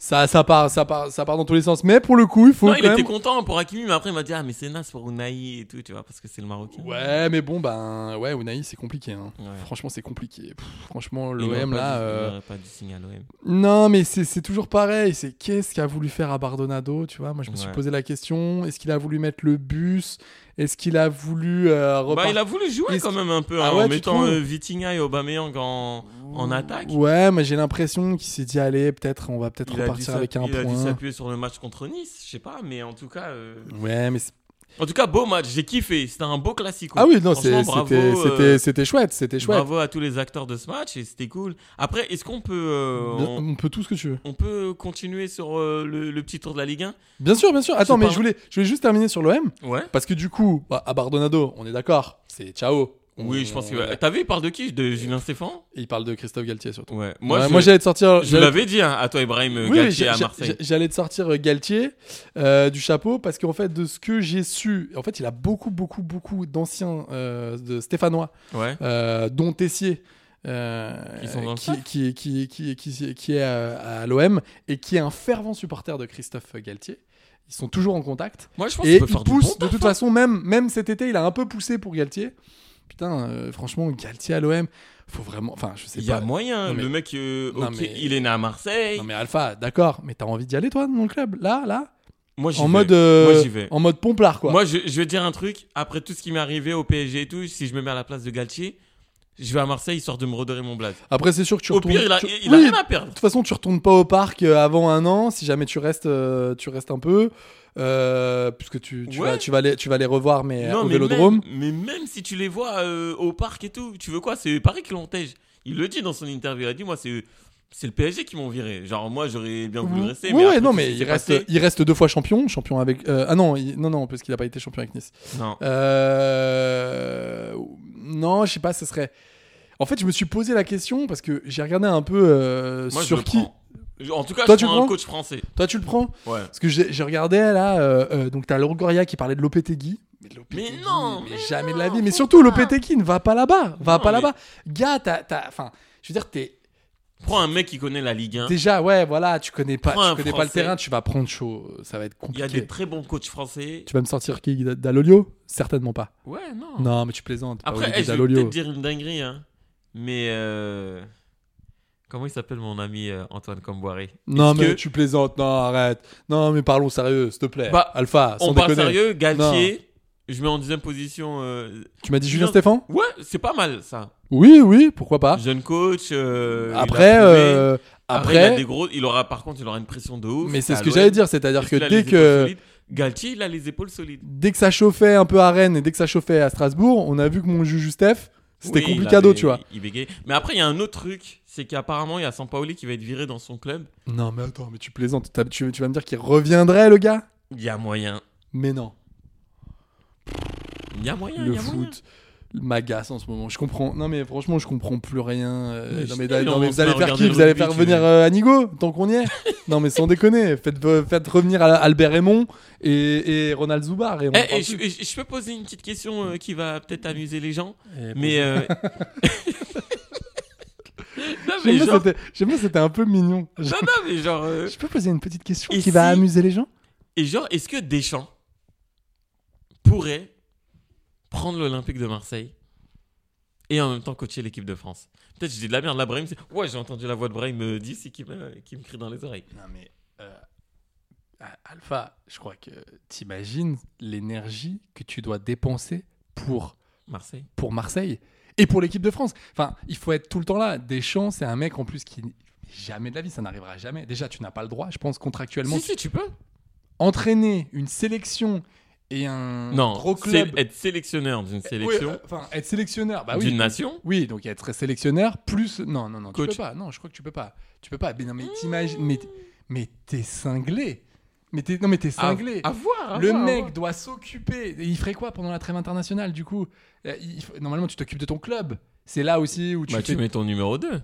S8: ça, ça, part, ça, part, ça part dans tous les sens. Mais pour le coup, il faut
S9: Non,
S8: quand
S9: il était
S8: même-
S9: content pour Hakimi, mais après il m'a dit Ah, mais c'est naze pour Unai et tout, tu vois, parce que c'est le Marocain.
S8: Ouais, mais bon, ben, ouais, Unai, c'est compliqué. hein.
S9: Ouais.
S8: Franchement, c'est compliqué. Pff, franchement,
S9: Il aurait
S8: l'OM,
S9: pas
S8: là...
S9: dû-
S8: euh,
S9: Il aurait pas dû signer à l'OM.
S8: Non, mais c'est c'est toujours pareil. C'est qu'est-ce qu'a voulu faire à Bardonado, tu vois Moi, je me suis
S9: Ouais.
S8: posé la question. Est-ce qu'il a voulu mettre le bus Est-ce qu'il a voulu euh,
S9: Bah,
S8: repartir
S9: il a voulu jouer
S8: Est-ce
S9: quand
S8: que-
S9: même un peu,
S8: Ah
S9: hein,
S8: ouais,
S9: en
S8: tu
S9: mettant
S8: trouves
S9: euh, Vitinha et Aubameyang en, en attaque.
S8: Ouais, mais j'ai l'impression qu'il s'est dit allez, peut-être, on va peut-être
S9: Il a, dû
S8: repartir avec
S9: s'appu-
S8: un
S9: il a dû
S8: point.
S9: s'appuyer sur le match contre Nice, je sais pas, mais en tout cas, euh,
S8: Ouais, mais c'est-
S9: en tout cas, beau match, j'ai kiffé, c'était un beau classico.
S8: ah oui, non, c'est-
S9: Franchement, bravo,
S8: c'était
S9: euh,
S8: c'était c'était chouette, c'était chouette.
S9: Bravo à tous les acteurs de ce match et c'était cool. Après, est-ce qu'on peut, euh,
S8: Bien-
S9: on,
S8: on peut tout ce que tu veux.
S9: on peut continuer sur euh, le, le petit tour de la Ligue 1
S8: Bien sûr, bien sûr. Attends, mais
S9: pas-
S8: je voulais je voulais juste terminer sur l'OM
S9: Ouais.
S8: parce que du coup, bah, à Bardonado, on est d'accord, c'est ciao.
S9: Oui,
S8: On-
S9: je pense que. T'as vu, il parle de qui De Julien Stéphane
S8: il parle de Christophe Galtier surtout.
S9: Ouais.
S8: Moi,
S9: Moi, je,
S8: moi j'allais te sortir
S9: je
S8: j'allais te
S9: l'avais dit hein, à toi, Ibrahim euh,
S8: Oui, oui,
S9: Galtier
S8: j'ai-
S9: à
S8: j'ai-
S9: Marseille.
S8: j'ai- J'allais te sortir euh, Galtier euh, du chapeau parce qu'en fait, de ce que j'ai su, en fait, il a beaucoup, beaucoup, beaucoup d'anciens euh, de Stéphanois,
S9: Ouais.
S8: euh, dont Tessier. euh,
S9: Qui sont dans le
S8: qui,
S9: staff
S8: qui, qui, qui, qui- qui est à, à l'OM et qui est un fervent supporter de Christophe Galtier. Ils sont toujours en contact.
S9: Moi, je pense
S8: Et
S9: qu'il peut
S8: il
S9: faire du bon
S8: pousse, de
S9: taf,
S8: toute
S9: hein.
S8: façon, même, même cet été, il a un peu poussé pour Galtier. Putain, euh, franchement, Galtier à l'OM, faut vraiment. Enfin, je sais
S9: Il y a
S8: pas.
S9: moyen.
S8: Non, mais-
S9: Le mec, euh,
S8: Non,
S9: ok,
S8: mais-
S9: il est né à Marseille.
S8: Non, mais Alpha, d'accord, mais t'as envie d'y aller, toi, dans le club Là, là
S9: Moi, j'y
S8: en
S9: vais.
S8: mode euh,
S9: Moi, j'y vais.
S8: en mode pomplard quoi.
S9: Moi, je, je vais te dire un truc. Après tout ce qui m'est arrivé au PSG et tout, si je me mets à la place de Galtier, je vais à Marseille histoire de me redorer mon blaze.
S8: Après c'est sûr que tu
S9: Au
S8: retournes.
S9: pire, il a,
S8: tu-
S9: il a
S8: Oui,
S9: rien à perdre.
S8: De toute façon, tu retournes pas au parc euh, avant un an. Si jamais tu restes, euh, tu restes un peu, euh, puisque tu, tu
S9: Ouais.
S8: vas tu vas les tu vas les revoir mais euh,
S9: Non,
S8: au
S9: mais
S8: Vélodrome.
S9: même, mais même si tu les vois euh, au parc et tout, tu veux quoi C'est Paris qui l'entège. Il le dit dans son interview. Il a dit Moi, c'est. C'est le PSG qui m'ont viré. Genre, moi, j'aurais bien voulu rester.
S8: Mmh. Ouais, ouais,
S9: après
S8: non
S9: tout ce
S8: mais
S9: qui
S8: il
S9: s'est
S8: reste euh,
S9: passé-
S8: il reste deux fois champion, champion avec euh, ah non il- non non parce qu'il a pas été champion avec Nice.
S9: Non.
S8: Euh, Non, je sais pas, ce serait. En fait, je me suis posé la question parce que j'ai regardé un peu euh,
S9: Moi, je
S8: sur
S9: le
S8: qui.
S9: prends. Je- En tout cas,
S8: Toi,
S9: je
S8: tu
S9: prends
S8: prends
S9: un coach français.
S8: Toi, tu le prends
S9: Ouais.
S8: Parce que j'ai j'ai regardé là, euh, euh, donc t'as Longoria qui parlait de Lopetegui. Mais, Lopetegui,
S9: Mais non,
S8: mais,
S9: mais
S8: jamais de
S9: non,
S8: la vie. Mais
S9: faut
S8: surtout,
S9: pas.
S8: Lopetegui ne va pas là-bas, va
S9: Non,
S8: pas
S9: mais-
S8: là-bas. Gars, t'as, t'as- enfin, je veux dire, t'es
S9: Prends un mec qui connaît la Ligue 1.
S8: déjà, ouais, voilà, tu connais pas,
S9: Prends un
S8: tu connais pas le
S9: Français.
S8: terrain, tu vas prendre chaud, ça va être
S9: Il y a
S8: compliqué.
S9: des très bons coachs français.
S8: Tu vas me sortir qui Guida- Dalolio Certainement pas.
S9: Ouais, non.
S8: Non, Ah, mais tu plaisantes. pas
S9: Oh. Après,
S8: Olivier
S9: eh, je vais
S8: Dalolio.
S9: peut-être dire une dinguerie, hein. Mais euh, comment il s'appelle mon ami euh, Antoine Comboiré
S8: Non,
S9: Est-ce
S8: mais
S9: que-
S8: tu plaisantes. Non, arrête. Non, mais parlons sérieux, s'il te plaît.
S9: Bah,
S8: Alpha, sans
S9: on parle
S8: déconner.
S9: sérieux, Galtier. Je mets en deuxième position. euh,
S8: Tu m'as dit Julien
S9: Non.
S8: Stéphane
S9: Ouais, c'est pas mal ça.
S8: Oui, oui, pourquoi pas.
S9: Jeune coach. euh, il a
S8: Ah. Après,
S9: prouvé.
S8: euh,
S9: Après, il a
S8: après,
S9: des gros. Il aura par contre, il aura une pression de ouf.
S8: Mais c'est
S9: à
S8: ce que
S9: l'OM.
S8: j'allais dire, c'est-à-dire
S9: Est-ce
S8: que
S9: qu'il a
S8: dès
S9: les épaules
S8: que
S9: solides Galtier, il a les épaules solides.
S8: dès que ça chauffait un peu à Rennes et dès que ça chauffait à Strasbourg, on a vu que mon juge Steph, c'était
S9: Oui, il
S8: compliqué à dos,
S9: avait-
S8: tu vois.
S9: Il bégayait. Mais après, il y a un autre truc, c'est qu'apparemment, il y a Sampaoli qui va être viré dans son club.
S8: Non, mais attends, mais tu plaisantes, t'as- tu, tu vas me dire qu'il reviendrait le gars
S9: Il y a moyen.
S8: Mais non,
S9: Il y a moyen. il
S8: le
S9: y a moyen. Eh,
S8: foot m'agace en ce moment. Je comprends. Non mais franchement, je comprends plus rien. euh, non,
S9: Mais je
S8: mais,
S9: sais,
S8: d'ailleurs,
S9: on
S8: non, mais
S9: se
S8: vous
S9: met à
S8: allez faire
S9: regarder
S8: qui
S9: le
S8: Vous allez
S9: rugby,
S8: faire
S9: tu
S8: venir
S9: veux.
S8: euh, Anigo tant qu'on y est Non mais sans déconner, faites, faites revenir Al- Albert Raymond et, et Ronald Zubar et on
S9: Eh,
S8: prend
S9: eh,
S8: tout.
S9: je, je- je peux poser une petite question euh, qui va peut-être amuser les gens,
S8: Eh,
S9: mais. euh, non, mais
S8: J'aime bien,
S9: genre,
S8: c'était- j'aime bien, c'était un peu mignon.
S9: non, non, mais genre, euh,
S8: Je peux poser une petite question
S9: Et
S8: qui va
S9: si-
S8: amuser les gens
S9: et genre, est-ce que Deschamps pourrait prendre l'Olympique de Marseille et en même temps coacher l'équipe de France Peut-être je dis de la merde, là, Brahim. c'est- Ouais, j'ai entendu la voix de Brahim euh, d'ici qui me, qui me crie dans les oreilles.
S8: Non mais euh, Al- Alpha, je crois que t'imagines l'énergie que tu dois dépenser pour
S9: Marseille.
S8: pour Marseille et pour l'équipe de France. Enfin, il faut être tout le temps là. Deschamps, c'est un mec en plus qui jamais de la vie, ça n'arrivera jamais. Déjà, tu n'as pas le droit, je pense contractuellement,
S9: si, si, tu peux.
S8: Mm. entraîner une sélection et un
S9: Non,
S8: gros
S9: sé-
S8: club.
S9: être sélectionneur d'une
S8: Oui,
S9: sélection,
S8: euh, enfin, être sélectionneur, bah
S9: d'une
S8: oui.
S9: nation.
S8: Oui, donc être sélectionneur plus non non non, tu
S9: Coach.
S8: peux pas. Non, je crois que tu peux pas. Tu peux pas. Mais non, mais t'imagines mais mais t'es cinglé. Mais t'es non mais t'es
S9: À,
S8: cinglé.
S9: à voir. à
S8: le
S9: voir, à
S8: mec
S9: voir.
S8: doit s'occuper. Et Il ferait quoi pendant la trêve internationale du coup Euh, il faut- Normalement, tu t'occupes de ton club. C'est là aussi où tu
S9: Bah,
S8: fais-
S9: tu mets ton numéro 2.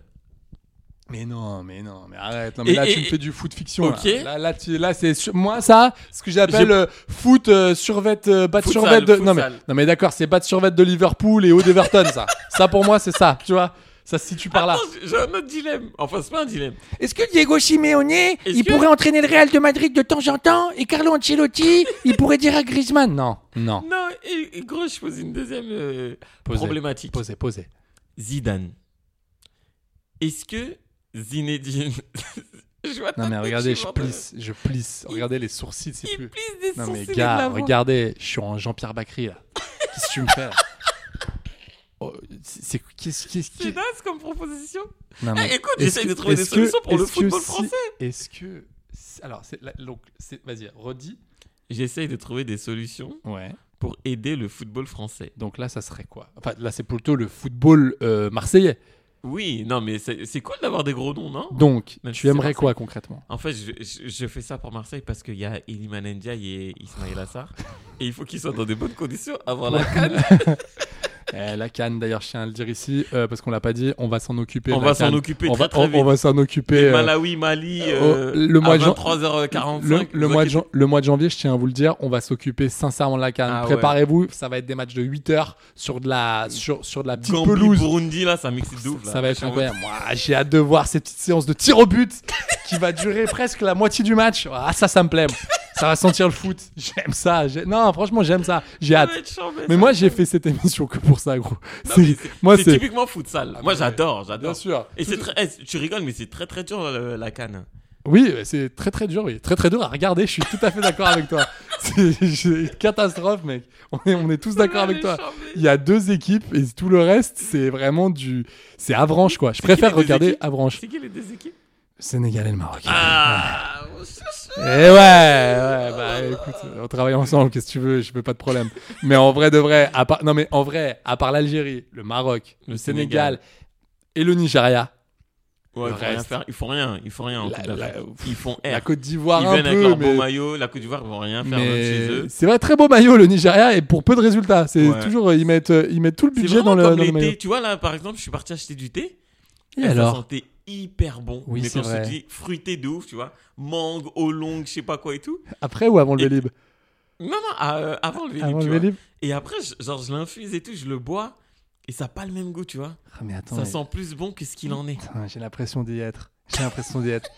S8: Mais non, mais non, mais arrête. Non, mais
S9: Et-
S8: là,
S9: et-
S8: tu me
S9: et-
S8: fais du foot fiction.
S9: Ok.
S8: Là, là, là, tu- là, c'est sur- moi ça, ce que j'appelle
S9: J'ai-
S8: euh, foot euh, survêt, euh, bat
S9: Futsal,
S8: survêt. De... Non mais,
S9: futsal.
S8: non mais d'accord, c'est bat survêt de Liverpool et haut d'Everton, ça. Ça pour moi, c'est ça. Tu vois, ça se situe par là.
S9: Attends, Ah. j'ai un autre dilemme. Enfin, c'est pas un dilemme.
S6: Est-ce que Diego Simeone, il
S9: que-
S6: pourrait entraîner le Real de Madrid de temps en temps Et Carlo Ancelotti, il pourrait dire à Griezmann
S8: Non, non.
S9: Non, et, et gros, je pose une deuxième euh,
S8: Posez.
S9: problématique.
S8: Posez, posez.
S9: Zidane. Est-ce que Zinedine. je vois
S8: Non
S9: ta
S8: mais
S9: tête,
S8: regardez, je
S9: suis mort de-
S8: plisse, je plisse. Regardez les sourcils, c'est
S9: Ah, Il
S8: plus.
S9: plisse des
S8: Non mais
S9: sourcils et de
S8: gars,
S9: la voix.
S8: regardez, je suis en Jean-Pierre Bacry là. Qu'est-ce que tu me fais là Oh, c'est c'est- qu'est-ce qu'est-ce
S9: C'est
S8: qu'est-
S9: naze comme proposition.
S8: Non,
S9: Eh, écoute,
S8: est-ce
S9: j'essaye
S8: que-
S9: de trouver des
S8: est-ce que-
S9: solutions pour le
S8: est-ce que
S9: football
S8: si-
S9: français.
S8: Est-ce que si- alors c'est la- donc c'est vas-y redis.
S9: J'essaye de trouver des solutions
S8: Ouais.
S9: pour aider le football français.
S8: Donc là ça serait quoi Enfin là c'est plutôt le football euh, marseillais.
S9: Oui, non, mais c'est c'est cool d'avoir des gros noms, non
S8: Donc
S9: Même si
S8: tu
S9: c'est
S8: aimerais quoi
S9: Marseille.
S8: concrètement
S9: En fait, je, je- je fais ça pour Marseille parce qu'il y a Iliman Ndiaye et Ismail Assar. et il faut qu'ils soient dans des bonnes conditions avant la canne.
S8: Eh, La canne d'ailleurs je tiens à le dire ici euh, parce qu'on l'a pas dit, on va s'en occuper.
S9: On
S8: de la
S9: va s'en
S8: CAN.
S9: occuper
S8: On
S9: très,
S8: va-
S9: très
S8: on-
S9: vite.
S8: On va s'en occuper.
S9: Et
S8: euh,
S9: Malawi, Mali,
S8: euh,
S9: euh,
S8: le mois
S9: à
S8: de jan-
S9: 23h45.
S8: Le, le
S9: vous
S8: mois de
S9: inquiétez-
S8: jan- le mois de janvier, je tiens à vous le dire, on va s'occuper sincèrement de la canne.
S9: Ah ouais.
S8: Préparez-vous, ça va être des matchs de 8 heures sur de la, sur, sur de la petite
S9: Gambie,
S8: pelouse.
S9: Burundi, là, ça mixe de ouf. là.
S8: Ça va être
S9: J'ai envie-
S8: incroyable. Moi, j'ai hâte de voir cette petite séance de tir au but qui va durer presque la moitié du match. Ah, ça, ça me plaît. Ça va sentir le foot. J'aime ça. J'ai- Non, franchement, j'aime ça. J'ai
S9: Ça
S8: hâte.
S9: va être chambé,
S8: Mais
S9: ça.
S8: moi, j'ai fait cette émission que pour ça, gros.
S9: Non,
S8: C'est-
S9: mais c'est-
S8: moi,
S9: c'est
S8: c'est Ah,
S9: typiquement futsal. Moi, j'adore, j'adore.
S8: bien sûr.
S9: Et c'est très, eh, tu rigoles, mais c'est très très dur le- la canne.
S8: Oui, euh, c'est très très dur, oui. Très très dur à regarder, je suis tout à fait d'accord avec toi. C'est c'est une catastrophe, mec. On est, on est tous d'accord avec toi. Il y a deux équipes et tout le reste, c'est vraiment du. C'est Avranche, quoi. Je
S9: qui
S8: préfère
S9: les deux
S8: regarder
S9: équipes
S8: Avranche.
S9: C'est qui les deux équipes
S8: Sénégal et le Maroc.
S9: Ah
S8: Eh ouais, ouais, bah écoute, on travaille ensemble, qu'est-ce que tu veux, je veux pas de problème. Mais en vrai de vrai, à part, non mais en vrai, à part l'Algérie, le Maroc, le,
S9: Le
S8: Sénégal,
S9: Sénégal.
S8: et le Nigeria,
S9: Ouais,
S8: Le
S9: ils font rien
S8: reste.
S9: faire. Ils font rien. Ils font rien. en
S8: La-
S9: Coupe d'Afrique.
S8: la-
S9: ils font
S8: la
S9: air.
S8: Côte
S9: Ils
S8: d'Ivoire, un
S9: viennent avec
S8: peu,
S9: leur
S8: mais-
S9: beau maillot. La Côte d'Ivoire, ils vont rien faire même chez eux.
S8: Mais c'est vrai, très beau maillot le Nigeria et pour peu de résultats. C'est
S9: Ouais.
S8: toujours euh, ils mettent euh, ils mettent tout le
S9: C'est
S8: budget dans
S9: vraiment
S8: le,
S9: comme
S8: dans le
S9: les
S8: maillot.
S9: thés. Tu vois, là, par exemple, je suis parti acheter du thé.
S8: Et
S9: ça
S8: alors
S9: sentait hyper bon.
S8: Oui,
S9: mais
S8: c'est
S9: quand je
S8: vrai.
S9: te dis fruité de ouf, tu vois, mangue, oolong, je sais pas quoi et tout.
S8: Après ou avant le
S9: Et-
S8: Vélib
S9: Non, non, à, euh, avant le
S8: Avant
S9: Vélib,
S8: le
S9: tu vois.
S8: Vélib.
S9: Et après, je- genre, je l'infuse et tout, je le bois. Et ça n'a pas le même goût, tu vois.
S8: Ah, mais attends,
S9: ça
S8: mais-
S9: sent plus bon que ce qu'il en est.
S8: Putain, j'ai l'impression d'y être. J'ai l'impression d'y être.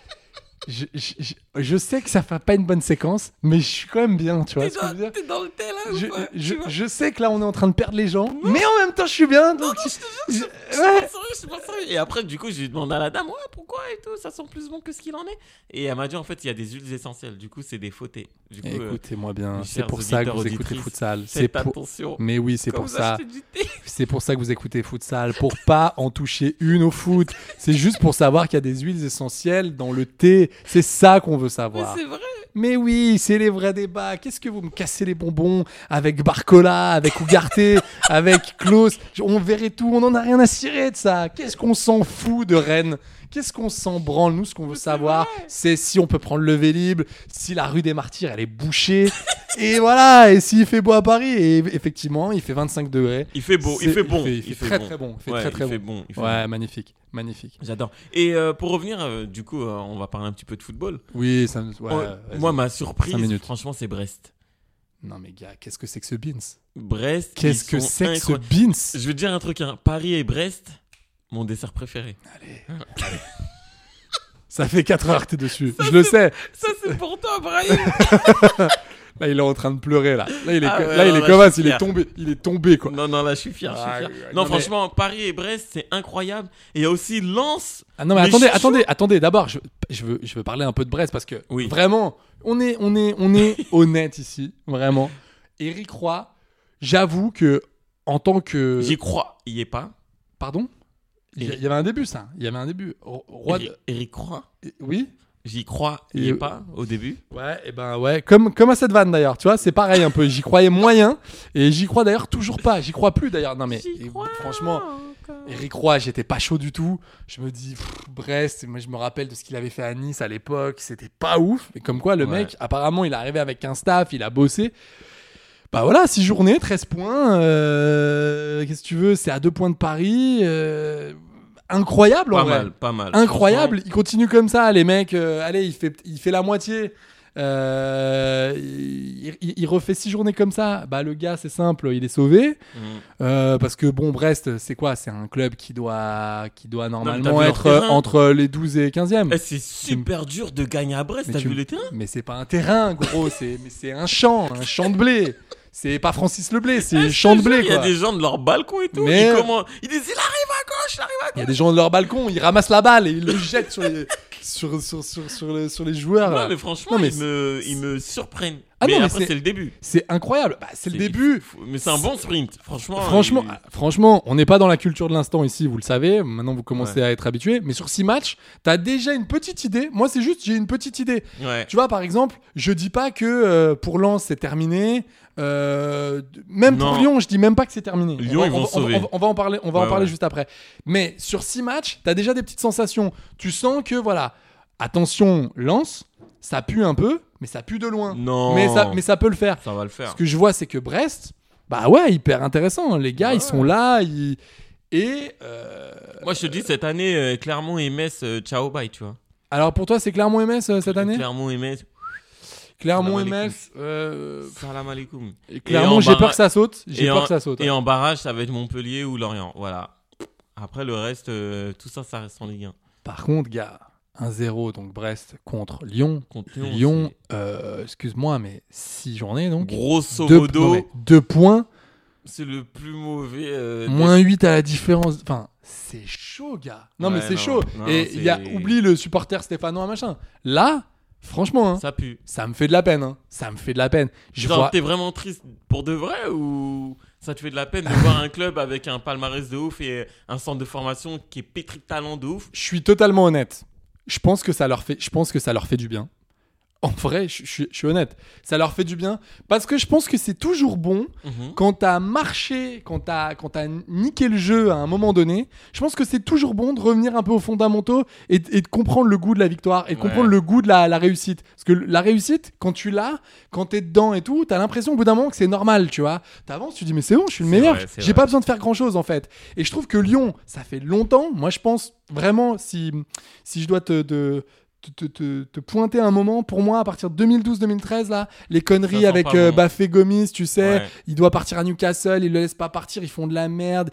S8: Je, je- je- je sais que ça fait pas une bonne séquence, mais je suis quand même bien, tu vois
S9: T'es
S8: ce que je veux
S9: dans,
S8: dire
S9: t'es dans le thé là ou
S8: je,
S9: pas
S8: je-
S9: Tu vois
S8: je sais que là on est en train de perdre les gens, mais en même temps je suis bien. Donc je- ouais.
S9: C'est vrai, c'est pas ça. Et après, du coup, j'ai demandé à la dame, ouais, pourquoi et tout, ça sent plus bon que ce qu'il en est. Et elle m'a dit, en fait, il y a des huiles essentielles. Du coup, c'est des faux thés. Du coup, euh,
S8: Écoutez-moi bien,
S9: mes
S8: hein, c'est
S9: chers
S8: pour ça que
S9: auditeurs,
S8: vous écoutez
S9: auditrices,
S8: Futsal. C'est
S9: faites
S8: pour...
S9: attention.
S8: Mais oui, c'est
S9: quand
S8: pour
S9: vous
S8: ça.
S9: achetez du thé.
S8: C'est pour ça que vous écoutez Futsal, pour pas en toucher une au foot. C'est juste pour savoir qu'il y a des huiles essentielles dans le thé. C'est ça qu'on veut
S9: Mais
S8: savoir.
S9: c'est vrai.
S8: Mais oui, c'est les vrais débats. Qu'est-ce que vous me cassez les bonbons avec Barcola, avec Ougarté, avec Klaus On verrait tout, on en a rien à cirer de ça. Qu'est-ce qu'on s'en fout de Rennes Qu'est-ce qu'on s'en branle Nous, ce qu'on veut savoir, c'est si on peut prendre le Vélib, si la rue des Martyrs, elle est bouchée. et voilà, et s'il fait beau à Paris. Et effectivement, il fait 25 degrés.
S9: Il fait beau, il
S8: C'est-
S9: fait bon.
S8: Il fait, il fait très très bon. Il fait
S9: Ouais,
S8: très très
S9: il fait
S8: bon.
S9: bon. il fait
S8: ouais,
S9: bon.
S8: magnifique, magnifique.
S9: J'adore. Et euh, pour revenir, euh, du coup, euh, on va parler un petit peu de football.
S8: Oui, ça me. ouais,
S9: Euh,
S8: vas-y.
S9: moi, ma
S8: Cinq
S9: surprise,
S8: minutes.
S9: franchement, c'est Brest.
S8: Non mais gars, qu'est-ce que c'est que ce Beans
S9: Brest.
S8: Qu'est-ce
S9: ils
S8: que
S9: sont
S8: c'est que ce
S9: incroyables.
S8: Beans
S9: Je veux dire un truc, hein. Paris et Brest, mon dessert préféré.
S8: Ça fait 4 heures que t'es dessus. je le sais.
S9: Ça, c'est pour toi, Brian.
S8: Là, il est en train de pleurer là. Là, il est,
S9: Ah ouais,
S8: là, il
S9: non,
S8: est
S9: là,
S8: comme
S9: je
S8: as,
S9: suis
S8: il est
S9: fier.
S8: tombé, il est tombé quoi.
S9: Non, non, là, je suis fier. je suis
S8: Ah,
S9: fier.
S8: oui, oui.
S9: non,
S8: Non,
S9: franchement, Paris et Brest, c'est incroyable. Et il y a aussi Lens.
S8: Ah non mais,
S9: Les
S8: attendez,
S9: chouchous.
S8: attendez, attendez. D'abord, je, je veux, je veux parler un peu de Brest parce que
S9: Oui.
S8: vraiment, on est, on est, on est honnête ici, vraiment. Eric Roy, j'avoue que en tant que,
S9: J'y crois. Il y est pas.
S8: pardon, il y,
S9: Eric-
S8: il y avait un début ça. Il y avait un début. Ro- Roy,
S9: Eric, Eric croit.
S8: oui.
S9: J'y crois. Il
S8: Et-
S9: y est pas au début.
S8: Ouais, et ben ouais, comme, comme à cette vanne d'ailleurs, tu vois, c'est pareil un peu. J'y croyais moyen et j'y crois d'ailleurs toujours pas. J'y crois plus d'ailleurs. Non mais et- franchement, Eric Roy, j'étais pas chaud du tout. Je me dis pff, Brest, moi je me rappelle de ce qu'il avait fait à Nice à l'époque, c'était pas ouf. Mais comme quoi le
S9: Ouais.
S8: mec, apparemment, il est arrivé avec un staff, il a bossé. Bah voilà, 6 journées, 13 points. euh, Qu'est-ce que tu veux C'est à 2 points de Paris. euh, incroyable en
S9: Pas
S8: vrai.
S9: mal, pas mal.
S8: Incroyable, il continue comme ça, les mecs. euh, allez, il fait, il fait la moitié. Euh, il, il- il refait six journées comme ça. Bah le gars, c'est simple, il est sauvé
S9: Franchement,
S8: Euh, parce que bon, Brest, c'est quoi C'est un club qui doit, qui doit
S9: t'as vu
S8: normalement
S9: leur
S8: être euh,
S9: terrain
S8: entre les 12 et 15e.
S9: mm. Eh, c'est super dur de gagner à Brest.
S8: Mais
S9: T'as
S8: tu-
S9: vu le terrain
S8: Mais c'est pas un terrain, gros. c'est, mais c'est un champ, un champ de blé. C'est pas Francis Leblé, c'est
S9: Eh, je
S8: champ
S9: te
S8: de blé.
S9: jure, Il y a
S8: quoi.
S9: des gens de leur balcon et tout.
S8: Mais-
S9: Ils, comment... ils disent il arrive à gauche, il arrive à
S8: Il y
S9: gauche.
S8: a des gens de leur balcon, ils ramassent la balle et ils le jettent sur les, sur, sur, sur, sur les, sur les joueurs.
S9: Non,
S8: là.
S9: mais franchement,
S8: Non, mais
S9: ils, me... ils me surprennent.
S8: Ah
S9: mais
S8: non, mais
S9: après,
S8: c'est-
S9: c'est le début.
S8: C'est incroyable. Bah, c'est le
S9: C'est-
S8: début.
S9: Faut- Mais c'est un bon sprint, franchement.
S8: Franchement, ah,
S9: il-
S8: franchement, on n'est pas dans la culture de l'instant ici, vous le savez. Maintenant, vous commencez à être habitué. Mais sur six matchs, t'as déjà une petite idée. Moi, c'est juste, j'ai une petite idée.
S9: Ouais.
S8: Tu vois, par exemple, je dis pas que euh, pour Lens c'est terminé. Euh, même pour
S9: Non.
S8: Lyon, je dis même pas que c'est terminé. on,
S9: Lyon,
S8: va-
S9: ils
S8: on
S9: vont
S8: va-
S9: se sauver.
S8: on va- on va en parler, on va en
S9: Ouais,
S8: parler
S9: ouais.
S8: juste après. Mais sur six matchs, t'as déjà des petites sensations. Tu sens que voilà, attention, Lens, ça pue un peu, mais ça pue de loin.
S9: Non.
S8: Mais ça, mais ça peut le faire.
S9: Ça va le faire.
S8: Ce que je vois, c'est que Brest, bah ouais, hyper intéressant. Les gars, ils sont là, ils- et euh,
S9: Moi, je te dis, cette année, euh, Clermont et Metz, euh, ciao, bye, tu vois.
S8: alors pour toi, c'est Clermont MS euh, cette année.
S9: Clermont et Metz,
S8: Clermont
S9: Salam alaikum.
S8: MS. euh,
S9: salam alaikum.
S8: Et Clairement,
S9: en
S8: j'ai peur
S9: barra-
S8: que ça saute. J'ai
S9: et
S8: peur
S9: en-
S8: que ça saute.
S9: Et en barrage, ça va être Montpellier ou Lorient. Voilà. Après, le reste, euh, tout ça, ça reste en Ligue 1.
S8: Par contre, gars, 1-0, donc Brest contre Lyon.
S9: Contre Lyon,
S8: Lyon, euh, excuse-moi, mais 6 journées donc.
S9: Grosso
S8: Deux-
S9: modo,
S8: non, mais deux points,
S9: c'est le plus mauvais. euh,
S8: moins 8 à la différence. Enfin, c'est chaud, gars. Non, mais
S9: Ouais,
S8: c'est
S9: non,
S8: chaud.
S9: non,
S8: et
S9: c'est-
S8: il y a, oublie le supporter stéphanois, machin. Là, franchement, hein,
S9: des-
S8: ça...
S9: Ça pue.
S8: me fait de la peine. hein. Ça me fait de la peine. Je
S9: Genre,
S8: vois...
S9: t'es vraiment triste pour de vrai ou ça te fait de la peine de voir un club avec un palmarès de ouf et un centre de formation qui est pétri de talent de ouf
S8: je suis totalement honnête. Je pense que ça leur fait, je pense que ça leur fait du bien. En vrai, je, je- je suis honnête. Ça leur fait du bien parce que je pense que c'est toujours bon
S9: Mhm.
S8: quand t'as marché, quand t'as, quand t'as niqué le jeu à un moment donné. Je pense que c'est toujours bon de revenir un peu aux fondamentaux et, et de comprendre le goût de la victoire et de
S9: Ouais.
S8: comprendre le goût de la, la réussite. Parce que la réussite, quand tu l'as, quand t'es dedans et tout, t'as l'impression au bout d'un moment que c'est normal, tu vois. T'avances, tu dis mais c'est bon, je suis le
S9: C'est
S8: meilleur.
S9: vrai, c'est
S8: J'ai
S9: vrai.
S8: pas besoin de faire grand chose en fait. Et je trouve que Lyon, ça fait longtemps. Moi, je pense vraiment si si je dois te, te, te- te- te- te pointer un moment, pour moi, à partir de 2012-2013, là, les
S9: Ça
S8: conneries
S9: sent
S8: avec
S9: pas
S8: euh,
S9: bon.
S8: Bafé Gomis, tu sais,
S9: Ouais.
S8: il doit partir à Newcastle, il le laisse pas partir, ils font de la merde.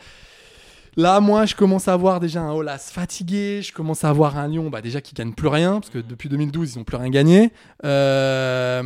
S8: Là, moi, je commence à voir déjà un Olas fatigué, je commence à voir un Lyon bah, déjà qui gagne plus rien, parce que depuis 2012, ils n'ont plus rien gagné. Euh,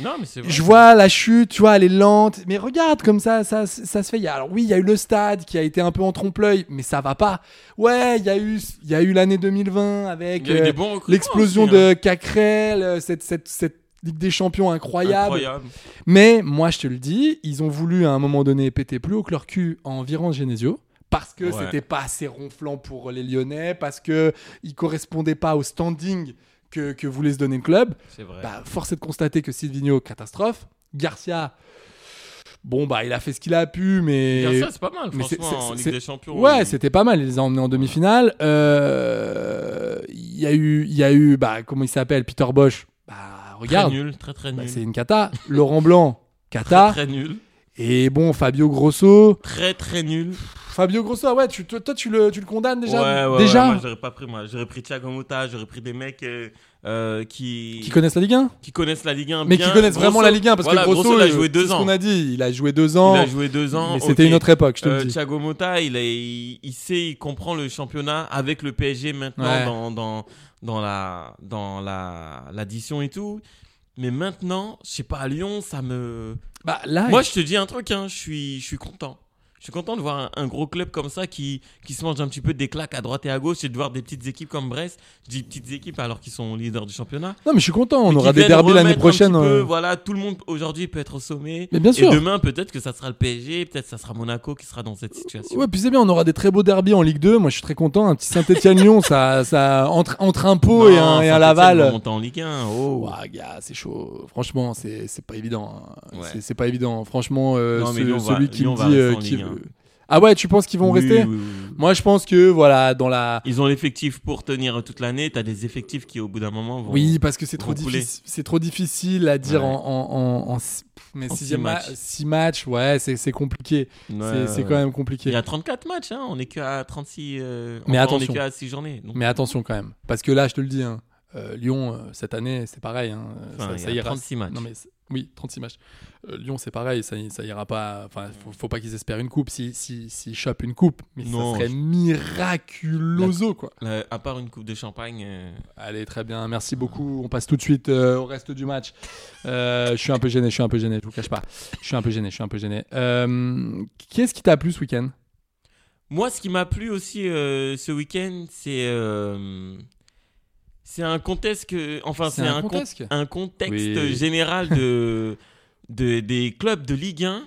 S9: Non, mais c'est vrai.
S8: je vois la chute, tu vois, elle est lente. Mais regarde, comme ça, ça, ça se fait. Il y a- alors oui, il y a eu le stade qui a été un peu en trompe-l'œil, mais ça va pas. Ouais, il y a eu, il y a eu l'année 2020 avec
S9: Il y a eu
S8: euh,
S9: des bons recrutements
S8: l'explosion
S9: aussi, hein.
S8: de Cacrel, euh, cette, cette, cette Ligue des Champions incroyable.
S9: incroyable.
S8: Mais moi, je te le dis, ils ont voulu à un moment donné péter plus haut que leur cul en virant Genesio. Parce que
S9: Ouais.
S8: c'était pas assez ronflant pour les Lyonnais, parce que ils correspondaient pas au standing que, que voulait se donner le club.
S9: C'est vrai.
S8: Bah, force est de constater que Silvino, catastrophe. Garcia, bon, bah, il a fait ce qu'il a pu, mais.
S9: Garcia, c'est pas mal,
S8: mais c'est-
S9: franchement,
S8: c'est-
S9: en Ligue
S8: c'est-
S9: des Champions.
S8: Ouais,
S9: il-
S8: c'était pas mal. Il les a emmenés en demi-finale. Euh, Il y a eu, il y a eu, bah, comment il s'appelle, Peter Bosch. Bah,
S9: Très
S8: regarde,
S9: nul, très très
S8: Bah,
S9: nul.
S8: c'est une cata. Laurent Blanc,
S9: Très
S8: cata.
S9: très nul.
S8: Et bon, Fabio Grosso.
S9: Très très nul.
S8: Fabio Grosso, ah ouais, tu, toi, toi, tu le, tu le condamnes déjà.
S9: ouais, ouais,
S8: déjà,
S9: ouais, moi, j'aurais pas pris, moi. J'aurais pris Thiago Motta, j'aurais pris des mecs euh, euh, qui...
S8: qui connaissent la Ligue 1,
S9: qui connaissent la Ligue 1
S8: mais
S9: bien.
S8: qui connaissent vraiment
S9: Grosso-
S8: la Ligue 1 parce
S9: voilà,
S8: que Grosso,
S9: il a
S8: euh,
S9: joué
S8: c'est ce
S9: deux ans.
S8: qu'on a dit, il a joué deux
S9: Il
S8: ans.
S9: a joué deux ans.
S8: mais c'était
S9: ok.
S8: une autre époque, je te
S9: Euh,
S8: le dis.
S9: Thiago Motta, il, est- il, il sait, il comprend le championnat avec le PSG maintenant
S8: Ouais.
S9: dans, dans, dans la dans la l'addition et tout. Mais maintenant, je sais pas à Lyon, ça me.
S8: Bah là,
S9: Moi, je te dis un truc, hein, je suis je suis content. Je suis content de voir un, un gros club comme ça qui, qui se mange un petit peu des claques à droite et à gauche et de voir des petites équipes comme Brest. Je dis petites équipes alors qu'ils sont leaders du championnat.
S8: Non, mais je suis content. On
S9: Mais
S8: aura
S9: qui
S8: des
S9: viennent
S8: derbys l'année
S9: remettre un
S8: prochaine.
S9: petit peu,
S8: euh.
S9: voilà, tout le monde aujourd'hui peut être au sommet.
S8: Mais bien sûr.
S9: Et demain, peut-être que ça sera le PSG, peut-être que ça sera Monaco qui sera dans cette situation.
S8: Ouais, puis c'est bien, on aura des très beaux derbys en Ligue 2. Moi, je suis très content. Un petit Saint-Etienne-Lyon, ça, ça, entre, entre un pot oh, et un, et un Laval.
S9: en Ligue 1. Oh.
S8: Ouah, gars, c'est chaud. Franchement, c'est c'est pas évident. hein.
S9: Ouais.
S8: C'est- C'est pas évident. Franchement, euh,
S9: Non, mais
S8: ce-
S9: Lyon va-
S8: celui qui
S9: Lyon
S8: me
S9: va
S8: dit.
S9: rester
S8: euh,
S9: en
S8: qui-
S9: Ligue un.
S8: Ah ouais, tu penses qu'ils vont
S9: Oui,
S8: rester
S9: oui, oui.
S8: Moi, je pense que, voilà, dans la.
S9: Ils ont l'effectif pour tenir toute l'année. T'as des effectifs qui, au bout d'un moment, vont.
S8: Oui, parce que c'est trop,
S9: vont couler.
S8: difficile- c'est trop difficile à dire
S9: Ouais.
S8: en, en, en- en six- pff, mais
S9: En
S8: sixième
S9: six
S8: ma-
S9: matchs.
S8: six matchs, ouais, c'est c'est compliqué.
S9: Ouais,
S8: C'est- c'est
S9: ouais.
S8: quand même
S9: Il
S8: compliqué.
S9: y a 34 matchs, hein. on est que à 36. euh,
S8: Mais
S9: enfin,
S8: attention.
S9: On est que à 6 journées. donc,
S8: Mais attention quand même, parce que là, je te le dis, hein, euh, Lyon euh, cette année, c'est pareil. hein, euh,
S9: Enfin,
S8: ça-
S9: il y
S8: ça
S9: a
S8: ira-
S9: 36 matchs.
S8: Non, mais c'est- oui, 36 matchs. Euh, Lyon, c'est pareil, ça, ça ira pas. Enfin, faut, faut pas qu'ils espèrent une coupe. Si, si, s'ils chopent une coupe, mais
S9: Non,
S8: ça serait
S9: je-
S8: miraculoso, quoi.
S9: là, euh, à part une coupe de champagne. euh,
S8: Allez, très bien, merci beaucoup. On passe tout de suite euh, au reste du match. Euh, je suis un peu gêné, je suis un peu gêné, je vous cache pas. Je suis un peu gêné, je suis un peu gêné. Euh, Qu'est-ce qui t'a plu ce week-end
S9: Moi, ce qui m'a plu aussi euh, ce week-end, c'est. euh, c'est un contexte que. Enfin,
S8: C'est
S9: c'est
S8: un
S9: un, con-
S8: contexte
S9: un contexte
S8: Oui.
S9: général de, de, des clubs de Ligue 1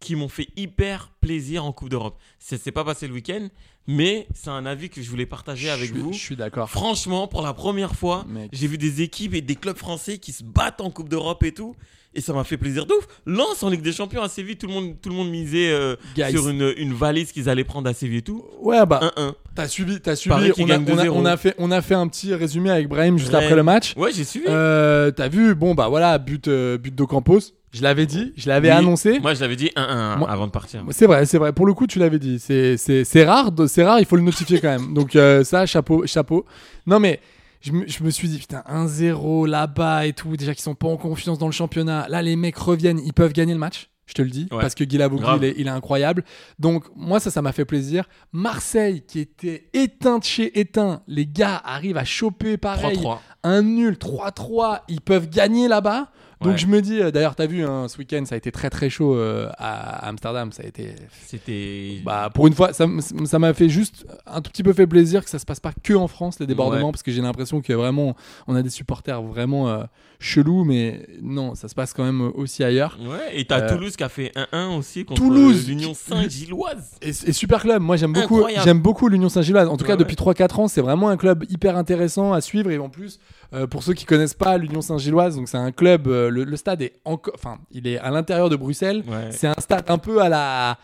S9: qui m'ont fait hyper plaisir en Coupe d'Europe. Ça s'est pas passé le week-end, mais c'est un avis que je voulais partager avec
S8: Je suis-
S9: vous.
S8: Je suis d'accord.
S9: Franchement, pour la première fois,
S8: Mec.
S9: j'ai vu des équipes et des clubs français qui se battent en Coupe d'Europe et tout. Et ça m'a fait plaisir de ouf. Lance en Ligue des Champions à Séville, tout le monde, tout le monde misait euh,
S8: Guys.
S9: sur une, une valise qu'ils allaient prendre à Séville et tout.
S8: Ouais, bah.
S9: 1-1.
S8: T'as suivi, t'as
S9: Paris
S8: suivi.
S9: qui
S8: On a,
S9: gagne
S8: on, a,
S9: 2-0.
S8: on a fait, on a fait un petit résumé avec Brahim juste
S9: Brahim.
S8: après le match.
S9: Ouais, j'ai suivi.
S8: Euh, t'as vu, bon bah voilà, but, euh, but de Campos. Je l'avais dit, je l'avais
S9: Oui.
S8: annoncé.
S9: Moi, je l'avais dit 1-1
S8: Moi-
S9: avant de partir.
S8: C'est vrai, c'est vrai. Pour le coup, tu l'avais dit. C'est, c'est, c'est rare, de- c'est rare. Il faut le notifier quand même. Donc euh, ça, chapeau, chapeau. Non mais. Je me, je me suis dit, putain, 1-0 là-bas et tout, déjà qu'ils sont pas en confiance dans le championnat. Là, les mecs reviennent, ils peuvent gagner le match, je te le dis,
S9: Ouais.
S8: parce que Guy Lavogui,
S9: Grave.
S8: il est, il est incroyable. Donc, moi, ça, ça m'a fait plaisir. Marseille, qui était éteinte chez éteint, les gars arrivent à choper pareil
S9: 3-3.
S8: un nul, 3-3, ils peuvent gagner là-bas. Donc
S9: Ouais.
S8: je me dis, euh, d'ailleurs, t'as vu, hein, ce week-end, ça a été très très chaud euh, à Amsterdam. Ça a été.
S9: C'était.
S8: Bah, pour une fois, ça m- ça m'a fait juste un tout petit peu fait plaisir que ça se passe pas que en France, les débordements,
S9: Ouais.
S8: parce que j'ai l'impression que vraiment, on a des supporters vraiment euh, chelous, mais non, ça se passe quand même aussi ailleurs.
S9: Ouais, et t'as
S8: Euh,
S9: Toulouse qui a fait 1-1 aussi contre
S8: Toulouse,
S9: euh, l'Union
S8: qui-
S9: Saint-Gilloise.
S8: Et, et super club, moi j'aime beaucoup,
S9: Incroyable.
S8: j'aime beaucoup l'Union Saint-Gilloise. En tout
S9: Ouais,
S8: cas,
S9: ouais.
S8: depuis 3-4 ans, c'est vraiment un club hyper intéressant à suivre. Et en plus, euh, pour ceux qui connaissent pas l'Union Saint-Gilloise, donc c'est un club, euh, le, le stade est encore, enfin, il est à l'intérieur de Bruxelles.
S9: Ouais.
S8: C'est un stade un peu à la,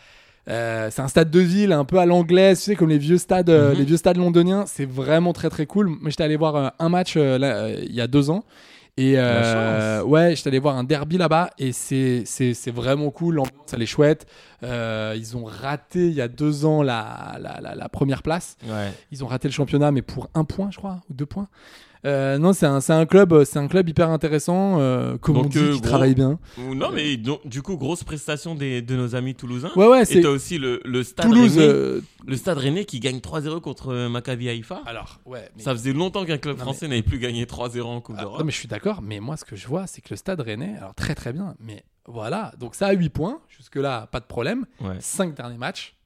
S8: euh, c'est un stade de ville, un peu à l'anglaise, tu sais, comme les vieux stades, euh,
S9: Mhm.
S8: les vieux stades londoniens. C'est vraiment très très cool. Moi, j'étais allé voir euh, un match euh, là, euh, il y a deux ans. Et euh, ouais, j'étais allé voir un derby là-bas et c'est c'est- c'est vraiment cool. L'ambiance, elle est chouette. Euh, ils ont raté il y a deux ans la, la, la, la première place.
S9: Ouais.
S8: Ils ont raté le championnat, mais pour un point, je crois, ou deux points. Euh, non, c'est un, c'est un club, c'est un club hyper intéressant, euh, comme
S9: Donc,
S8: on dit,
S9: euh,
S8: qui
S9: gros-
S8: travaille bien.
S9: Ou Non, mais donc, du coup, grosse prestation des, de nos amis toulousains.
S8: Ouais, ouais,
S9: Et
S8: c'est
S9: t'as aussi le, le stade
S8: Toulouse.
S9: Rennais,
S8: euh,
S9: le stade Rennais qui gagne 3-0 contre euh, Maccabi Haïfa.
S8: Alors, ouais. mais-
S9: Ça faisait longtemps qu'un club
S8: Non,
S9: français n'avait plus gagné 3-0 en Coupe
S8: Ah,
S9: d'Europe.
S8: non, mais je suis d'accord, mais moi, ce que je vois, c'est que le stade rennais, alors très très bien, mais voilà, donc ça a 8 points, jusque-là, pas de problème.
S9: Ouais.
S8: 5 derniers matchs,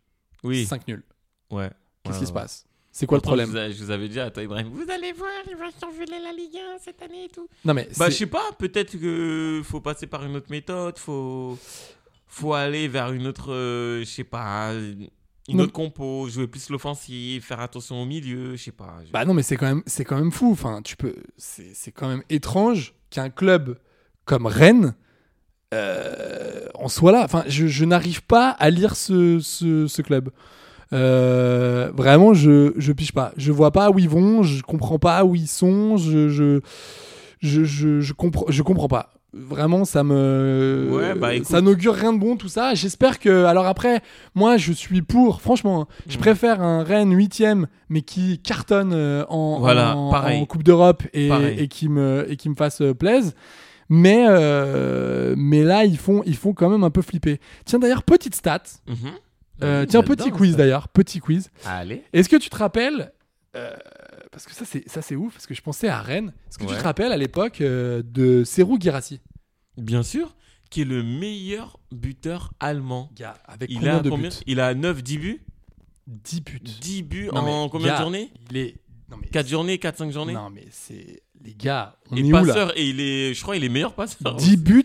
S9: Oui.
S8: 5 nuls.
S9: Ouais.
S8: Qu'est-ce
S9: Ouais,
S8: qui se
S9: ouais.
S8: passe C'est quoi le
S9: Pourtant,
S8: problème
S9: je vous, a- je vous avais dit à toi, Ibrahim, vous allez voir, il va survoler la Ligue 1 cette année et tout.
S8: Non, mais
S9: Bah,
S8: c'est-
S9: je sais pas, peut-être que faut passer par une autre méthode, faut, faut aller vers une autre, euh, je sais pas, une
S8: Non.
S9: autre compo, jouer plus l'offensive, faire attention au milieu, je sais pas. Je-
S8: Bah non, mais c'est quand même, c'est quand même fou. Enfin, tu peux, c'est c'est quand même étrange qu'un club comme Rennes euh, en soit là. Enfin, je, je n'arrive pas à lire ce, ce, ce club. Euh, vraiment, je, je pige pas. Je vois pas où ils vont. Je comprends pas où ils sont. Je, je, je, je, je comprends, je comprends pas. Vraiment, ça me,
S9: Ouais, bah, écoute.
S8: ça n'augure rien de bon tout ça. J'espère que, alors après, moi, je suis pour, franchement, hein, je
S9: Mm.
S8: préfère un Rennes 8 mais qui cartonne euh, en,
S9: Voilà,
S8: en-
S9: pareil.
S8: en Coupe d'Europe et,
S9: Pareil.
S8: et qui me, et qui me fasse euh, plaise. Mais, euh, mais là, ils font, ils font quand même un peu flipper. Tiens, d'ailleurs, petite stat.
S9: Mhm.
S8: Euh,
S9: Oui,
S8: tiens,
S9: j'adore
S8: petit quiz
S9: ça.
S8: d'ailleurs. Petit quiz.
S9: Allez.
S8: Est-ce que tu te rappelles. euh, parce que ça, c'est ça, c'est ouf, parce que je pensais à Rennes. Est-ce que tu
S9: Ouais.
S8: te rappelles à l'époque euh, de Serou Girassi
S9: Bien sûr, qui est le meilleur buteur allemand.
S8: Gars, avec
S9: Il
S8: combien
S9: a,
S8: de
S9: combien
S8: buts
S9: Il a 9, 10 buts
S8: 10 buts.
S9: 10 buts
S8: Non, mais,
S9: en combien
S8: gars,
S9: de journées
S8: Il est. Non, mais.
S9: 4 journées, 4-5 journées
S8: Non, mais c'est. Les gars, on
S9: Et
S8: est où là
S9: passeur, et il est, je crois il est meilleur passeur.
S8: 10 buts.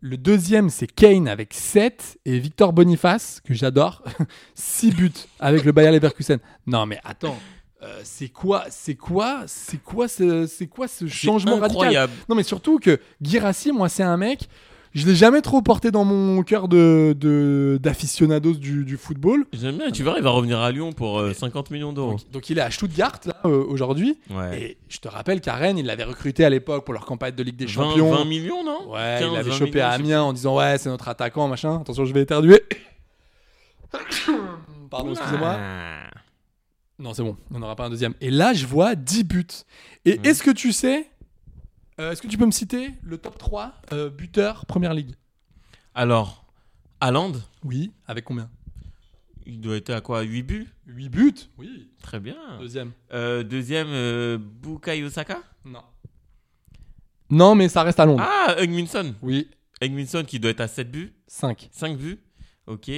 S8: Le deuxième, c'est Kane avec 7 et Victor Boniface, que j'adore, 6 buts avec le Bayer Leverkusen. Non, mais attends, euh, c'est quoi, c'est quoi, c'est quoi, ce, c'est quoi ce
S9: C'est
S8: changement radical
S9: incroyable.
S8: Non, mais surtout que Girassi, moi, c'est un mec, Je l'ai jamais trop porté dans mon cœur de de- d'aficionados du, du football.
S9: J'aime bien, tu verras, il va revenir à Lyon pour euh, 50 millions d'euros.
S8: Donc il est à Stuttgart là euh, aujourd'hui.
S9: Ouais.
S8: Et je te rappelle qu'à Rennes, il l'avait recruté à l'époque pour leur campagne de Ligue des
S9: 20,
S8: Champions.
S9: 20 millions, non
S8: Ouais,
S9: 15,
S8: il l'avait
S9: 20
S8: chopé
S9: millions,
S8: à
S9: je sais
S8: Amiens en disant ouais, c'est notre attaquant, machin. Attention, je vais éternuer. Pardon, excusez-moi.
S9: Ah.
S8: Non, c'est bon, on n'aura pas un deuxième. Et là, je vois 10 buts. Et est-ce que tu sais, euh, est-ce que tu peux me citer le top 3 euh, buteurs Première Ligue
S9: Alors, Haaland,
S8: Oui. Avec combien
S9: il doit être à quoi 8 buts
S8: 8 buts Oui.
S9: Très bien.
S8: Deuxième
S9: Euh, deuxième, euh, Bukai Osaka
S8: Non. Non, mais ça reste à Londres.
S9: Ah, Eggminson.
S8: Oui,
S9: Eggminson qui doit être à 7 buts,
S8: 5.
S9: 5 buts. Ok. Et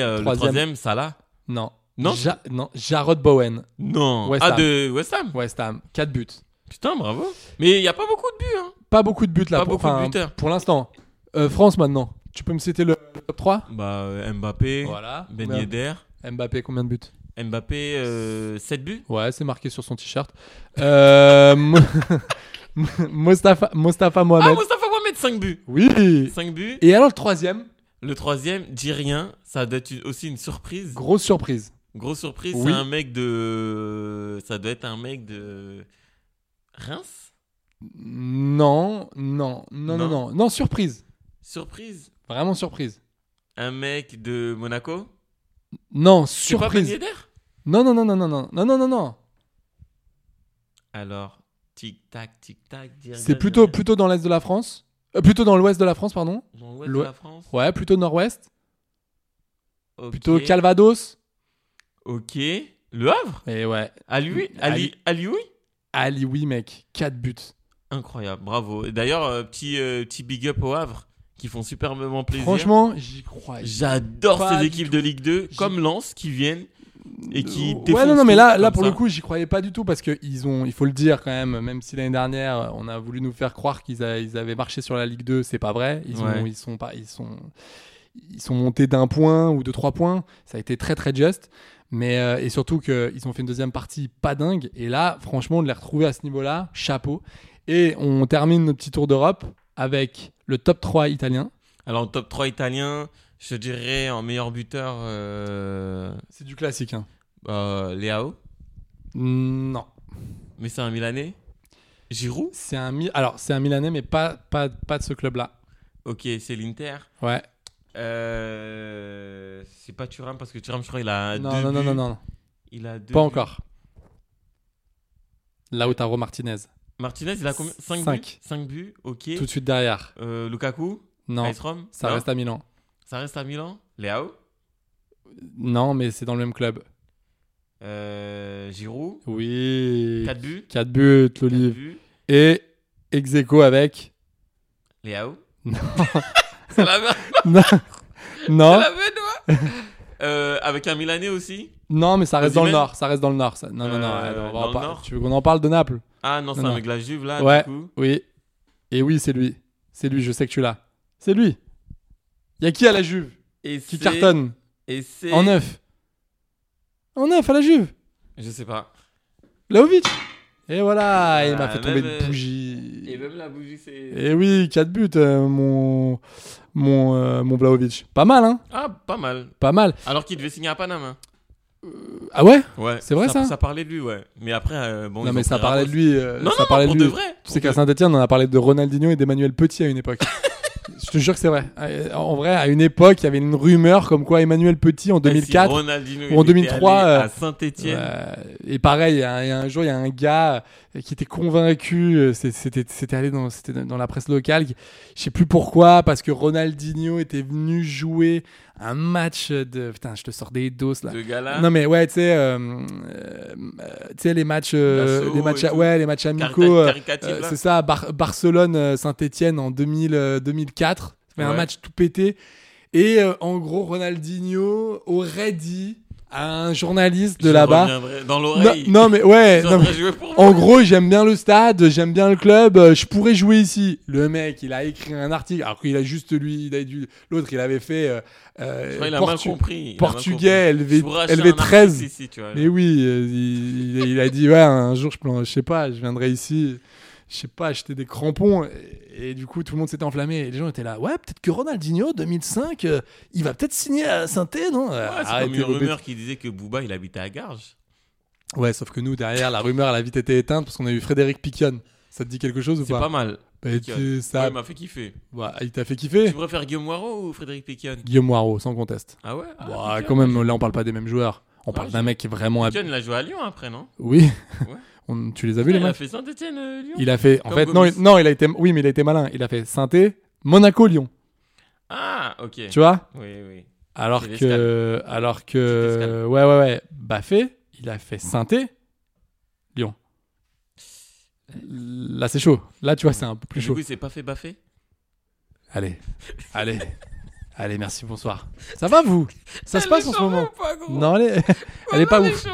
S9: euh, le
S8: Troisième.
S9: troisième, Salah.
S8: Non.
S9: Non.
S8: Ja- non, Jarrod Bowen,
S9: Non.
S8: West
S9: ah,
S8: Ham.
S9: de West Ham.
S8: West Ham, 4 buts.
S9: Putain, bravo. Mais il n'y a pas beaucoup de buts. Hein.
S8: Pas beaucoup de buts là
S9: Pas
S8: pour,
S9: beaucoup de
S8: enfin,
S9: buteurs.
S8: pour l'instant. Euh, France maintenant. Tu peux me citer le top 3
S9: Bah, euh, Mbappé,
S8: Voilà.
S9: Ben
S8: Combien-
S9: Yedder.
S8: Mbappé, combien de buts
S9: Mbappé, 7 buts.
S8: Ouais, c'est marqué sur son t-shirt. Euh, Mo- Mostafa, Mostafa Mohamed.
S9: Ah, Mostafa Mohamed, 5 buts.
S8: oui.
S9: 5 buts.
S8: Et alors le troisième,
S9: Le troisième, dis rien. Ça doit être une- aussi une surprise.
S8: grosse surprise.
S9: Grosse surprise,
S8: Oui.
S9: c'est un mec de. Ça doit être un mec de. Reims
S8: Non, non, non, non,
S9: Non.
S8: non, non, surprise.
S9: Surprise
S8: Vraiment surprise.
S9: Un mec de Monaco
S8: Non,
S9: C'est pas Ben
S8: surprise.
S9: Yedder
S8: Non, non, non, non, non, non, non, non, non, non.
S9: Alors, tic-tac, tic-tac, dis rien,
S8: C'est
S9: dis
S8: plutôt,
S9: rien.
S8: plutôt dans l'est de la France. Euh, plutôt dans l'ouest de la France, pardon.
S9: Dans l'ouest de
S8: l'ou-
S9: la France
S8: Ouais, plutôt nord-ouest.
S9: Ok.
S8: Plutôt Calvados.
S9: Ok. Le Havre
S8: Et ouais.
S9: À lui
S8: Mm,
S9: À lui- à lui oui
S8: Ali, oui, mec. 4 buts.
S9: Incroyable, bravo. Et D'ailleurs, euh, petit, euh, petit big up au Havre qui font superbement plaisir.
S8: Franchement, j'y crois.
S9: J'adore
S8: Pas
S9: ces
S8: du
S9: équipes de Ligue 2,
S8: J'y-
S9: comme Lens, qui viennent et qui
S8: Ouais,
S9: défoncent
S8: non, non, mais
S9: tout
S8: là, là
S9: comme
S8: pour
S9: ça.
S8: le coup, j'y croyais pas du tout parce que ils ont, il faut le dire quand même, même si l'année dernière, on a voulu nous faire croire qu'ils a- ils avaient marché sur la Ligue 2, c'est pas vrai. Ils, ont-
S9: Ouais.
S8: ils sont pas, ils sont, ils sont montés d'un point ou de trois points. Ça a été très, très juste. Mais euh, et surtout qu'ils ont fait une deuxième partie pas dingue. Et là, franchement, de les retrouver à ce niveau-là, chapeau. Et on termine notre petit tour d'Europe avec le top 3 italien.
S9: Alors, en top 3 italien, je dirais en meilleur buteur, euh,
S8: C'est du classique. Hein.
S9: euh, Leao.
S8: Non.
S9: Mais c'est un Milanais. Giroud.
S8: C'est un, Mi- alors, c'est un Milanais, mais pas, pas, pas de ce club-là.
S9: Ok, c'est l'Inter.
S8: Ouais.
S9: Euh, c'est pas Thuram parce que Thuram, je crois, il a
S8: Non,
S9: deux
S8: non, non,
S9: buts.
S8: non, non, non.
S9: Il a deux
S8: Pas
S9: buts.
S8: encore. Lautaro Martinez,
S9: Martinez, il a combien 5
S8: Cinq.
S9: buts. 5 buts, ok.
S8: tout de suite derrière.
S9: Euh, Lukaku.
S8: Non,
S9: AS Rome.
S8: ça
S9: Non.
S8: reste à Milan.
S9: Ça reste à Milan. Leao.
S8: Non, mais c'est dans le même club.
S9: Euh, Giroud.
S8: Oui.
S9: 4 buts.
S8: 4 buts,
S9: Quatre
S8: l'Olive.
S9: buts.
S8: Et ex aequo avec.
S9: Léao.
S8: Non.
S9: c'est la même,
S8: non.
S9: c'est
S8: non.
S9: la même, ouais. Euh, Avec un Milanais aussi.
S8: Non, mais ça reste dans le
S9: Osimhen
S8: Nord. Ça reste dans le Nord. ça. Non, non, non.
S9: Euh,
S8: ouais, non, on va
S9: dans le
S8: pas-
S9: Nord
S8: Tu veux qu'on en parle de Naples
S9: Ah non, c'est
S8: Non, non.
S9: avec la Juve là,
S8: Ouais.
S9: du coup.
S8: Oui. Et oui, c'est lui. C'est lui, je sais que tu l'as. C'est lui. Il y a qui à la Juve
S9: Et
S8: Qui
S9: c'est-
S8: cartonne
S9: Et c'est.
S8: En neuf. En neuf à la Juve.
S9: Je sais pas.
S8: Laovic Et voilà, il m'a
S9: Ah,
S8: fait tomber
S9: même,
S8: une
S9: euh,
S8: bougie.
S9: Et même la bougie, c'est.
S8: Et oui, 4 buts, euh, mon mon euh, mon Vlahovic. Pas mal, hein
S9: Ah, pas mal.
S8: Pas mal.
S9: Alors qu'il devait signer à Paname. hein.
S8: Ah ouais
S9: Ouais.
S8: C'est vrai, ça
S9: Ça parlait de lui, ouais. Mais après, euh, bon.
S8: Non
S9: ils
S8: mais
S9: ont
S8: ça
S9: pris
S8: parlait de
S9: Ramos.
S8: lui. euh,
S9: Non,
S8: ça
S9: non,
S8: parlait
S9: pour
S8: de lui.
S9: de vrai.
S8: Tu sais
S9: Pour
S8: qu'à
S9: de-
S8: Saint-Etienne, on a parlé de Ronaldinho et d'Emmanuel Petit à une époque. Je te jure que c'est vrai. Euh, En vrai, à une époque, il y avait une rumeur comme quoi Emmanuel Petit en
S9: Eh, si
S8: 2004
S9: Ronaldinho,
S8: ou
S9: il
S8: en
S9: était
S8: 2003,
S9: allé
S8: euh,
S9: À Saint-Etienne.
S8: Ouais, et pareil, il y a un, il y a un jour, il y a un gars euh, qui était convaincu, euh, c'est- c'était c'était allé dans, c'était dans la presse locale, qui- je sais plus pourquoi, parce que Ronaldinho était venu jouer un match de... Putain, je te sors des doses là.
S9: De gala.
S8: Non mais ouais, tu sais, euh, euh, tu sais les matchs, euh,
S9: D'assaut
S8: les matchs,
S9: et tout.
S8: ouais, les matchs
S9: Carita-
S8: amicaux. euh,
S9: caricative,
S8: euh,
S9: là.
S8: c'est ça, Bar- Barcelone-Saint-Etienne en 2000, euh, 2004. C'était un
S9: Ouais.
S8: match tout pété. Et euh, en gros, Ronaldinho aurait dit à un journaliste de
S9: Je
S8: là-bas.
S9: reviendrai Dans
S8: Non,
S9: l'oreille.
S8: non, mais ouais,
S9: Je
S8: Eh, non,
S9: viendrai
S8: mais-
S9: jouer pour
S8: en gros, j'aime bien le stade, j'aime bien le club, euh, je pourrais jouer ici. Le mec, il a écrit un article, alors qu'il a juste lui, il a dû- l'autre, il avait fait euh, euh,
S9: Je crois qu'il a
S8: Portu-
S9: mal compris. il a mal
S8: portugais,
S9: compris.
S8: LV
S9: Je pourrais acheter un
S8: 13.
S9: artiste ici, tu vois.
S8: Mais oui, euh, il, il- il a dit ouais, un jour je, plan- je sais pas, je viendrai ici. je sais pas, acheté des crampons et, et du coup tout le monde s'était enflammé et les gens étaient là. Ouais, peut-être que Ronaldinho 2005, euh, il va peut-être signer à saint non Euh,
S9: Ouais, c'est comme
S8: arrêtez
S9: une
S8: vos bêtises.
S9: rumeur qui disait que Booba il habitait à Garges.
S8: Ouais, sauf que nous derrière la rumeur elle a vite été éteinte parce qu'on a eu Frédéric Piquion. Ça te dit quelque chose ou
S9: C'est pas mal.
S8: Bah,
S9: Piquion.
S8: tu- ça- Eh.
S9: Ouais, il m'a fait kiffer.
S8: Ouais, il t'a fait
S9: Tu
S8: kiffer.
S9: préfères Guillaume Moirot ou Frédéric Péquion
S8: Guillaume Moirot, sans conteste.
S9: Ah ouais ah,
S8: Ouah,
S9: Péquion.
S8: Bah, quand même, là on parle pas des mêmes joueurs. On parle
S9: Ouais,
S8: d'un mec qui est vraiment. hab-
S9: Péquion, il a joué à Lyon après, non
S8: Oui.
S9: Ouais.
S8: On- tu les as vus les
S9: Il a
S8: mecs
S9: fait Saint-Etienne, Lyon
S8: Il a fait. En
S9: Comme
S8: fait, non,
S9: Gomis.
S8: il- non, il a été. Oui, mais il a été malin. Il a fait Sainté, Monaco, Lyon.
S9: Ah, ok.
S8: Tu vois
S9: Oui, oui.
S8: Alors
S9: C'est
S8: que. Alors
S9: Petite
S8: que.
S9: escale.
S8: Ouais, ouais, ouais. Baffé, il a fait Sainté, Lyon.
S9: Euh.
S8: Là, c'est chaud. Là, tu vois, c'est un peu plus
S9: Du
S8: chaud.
S9: coup, il s'est pas fait baffer
S8: Allez. Allez. Allez, merci, bonsoir. Ça va, vous Ça se passe en ce moment Non, elle est, elle est pas ouf.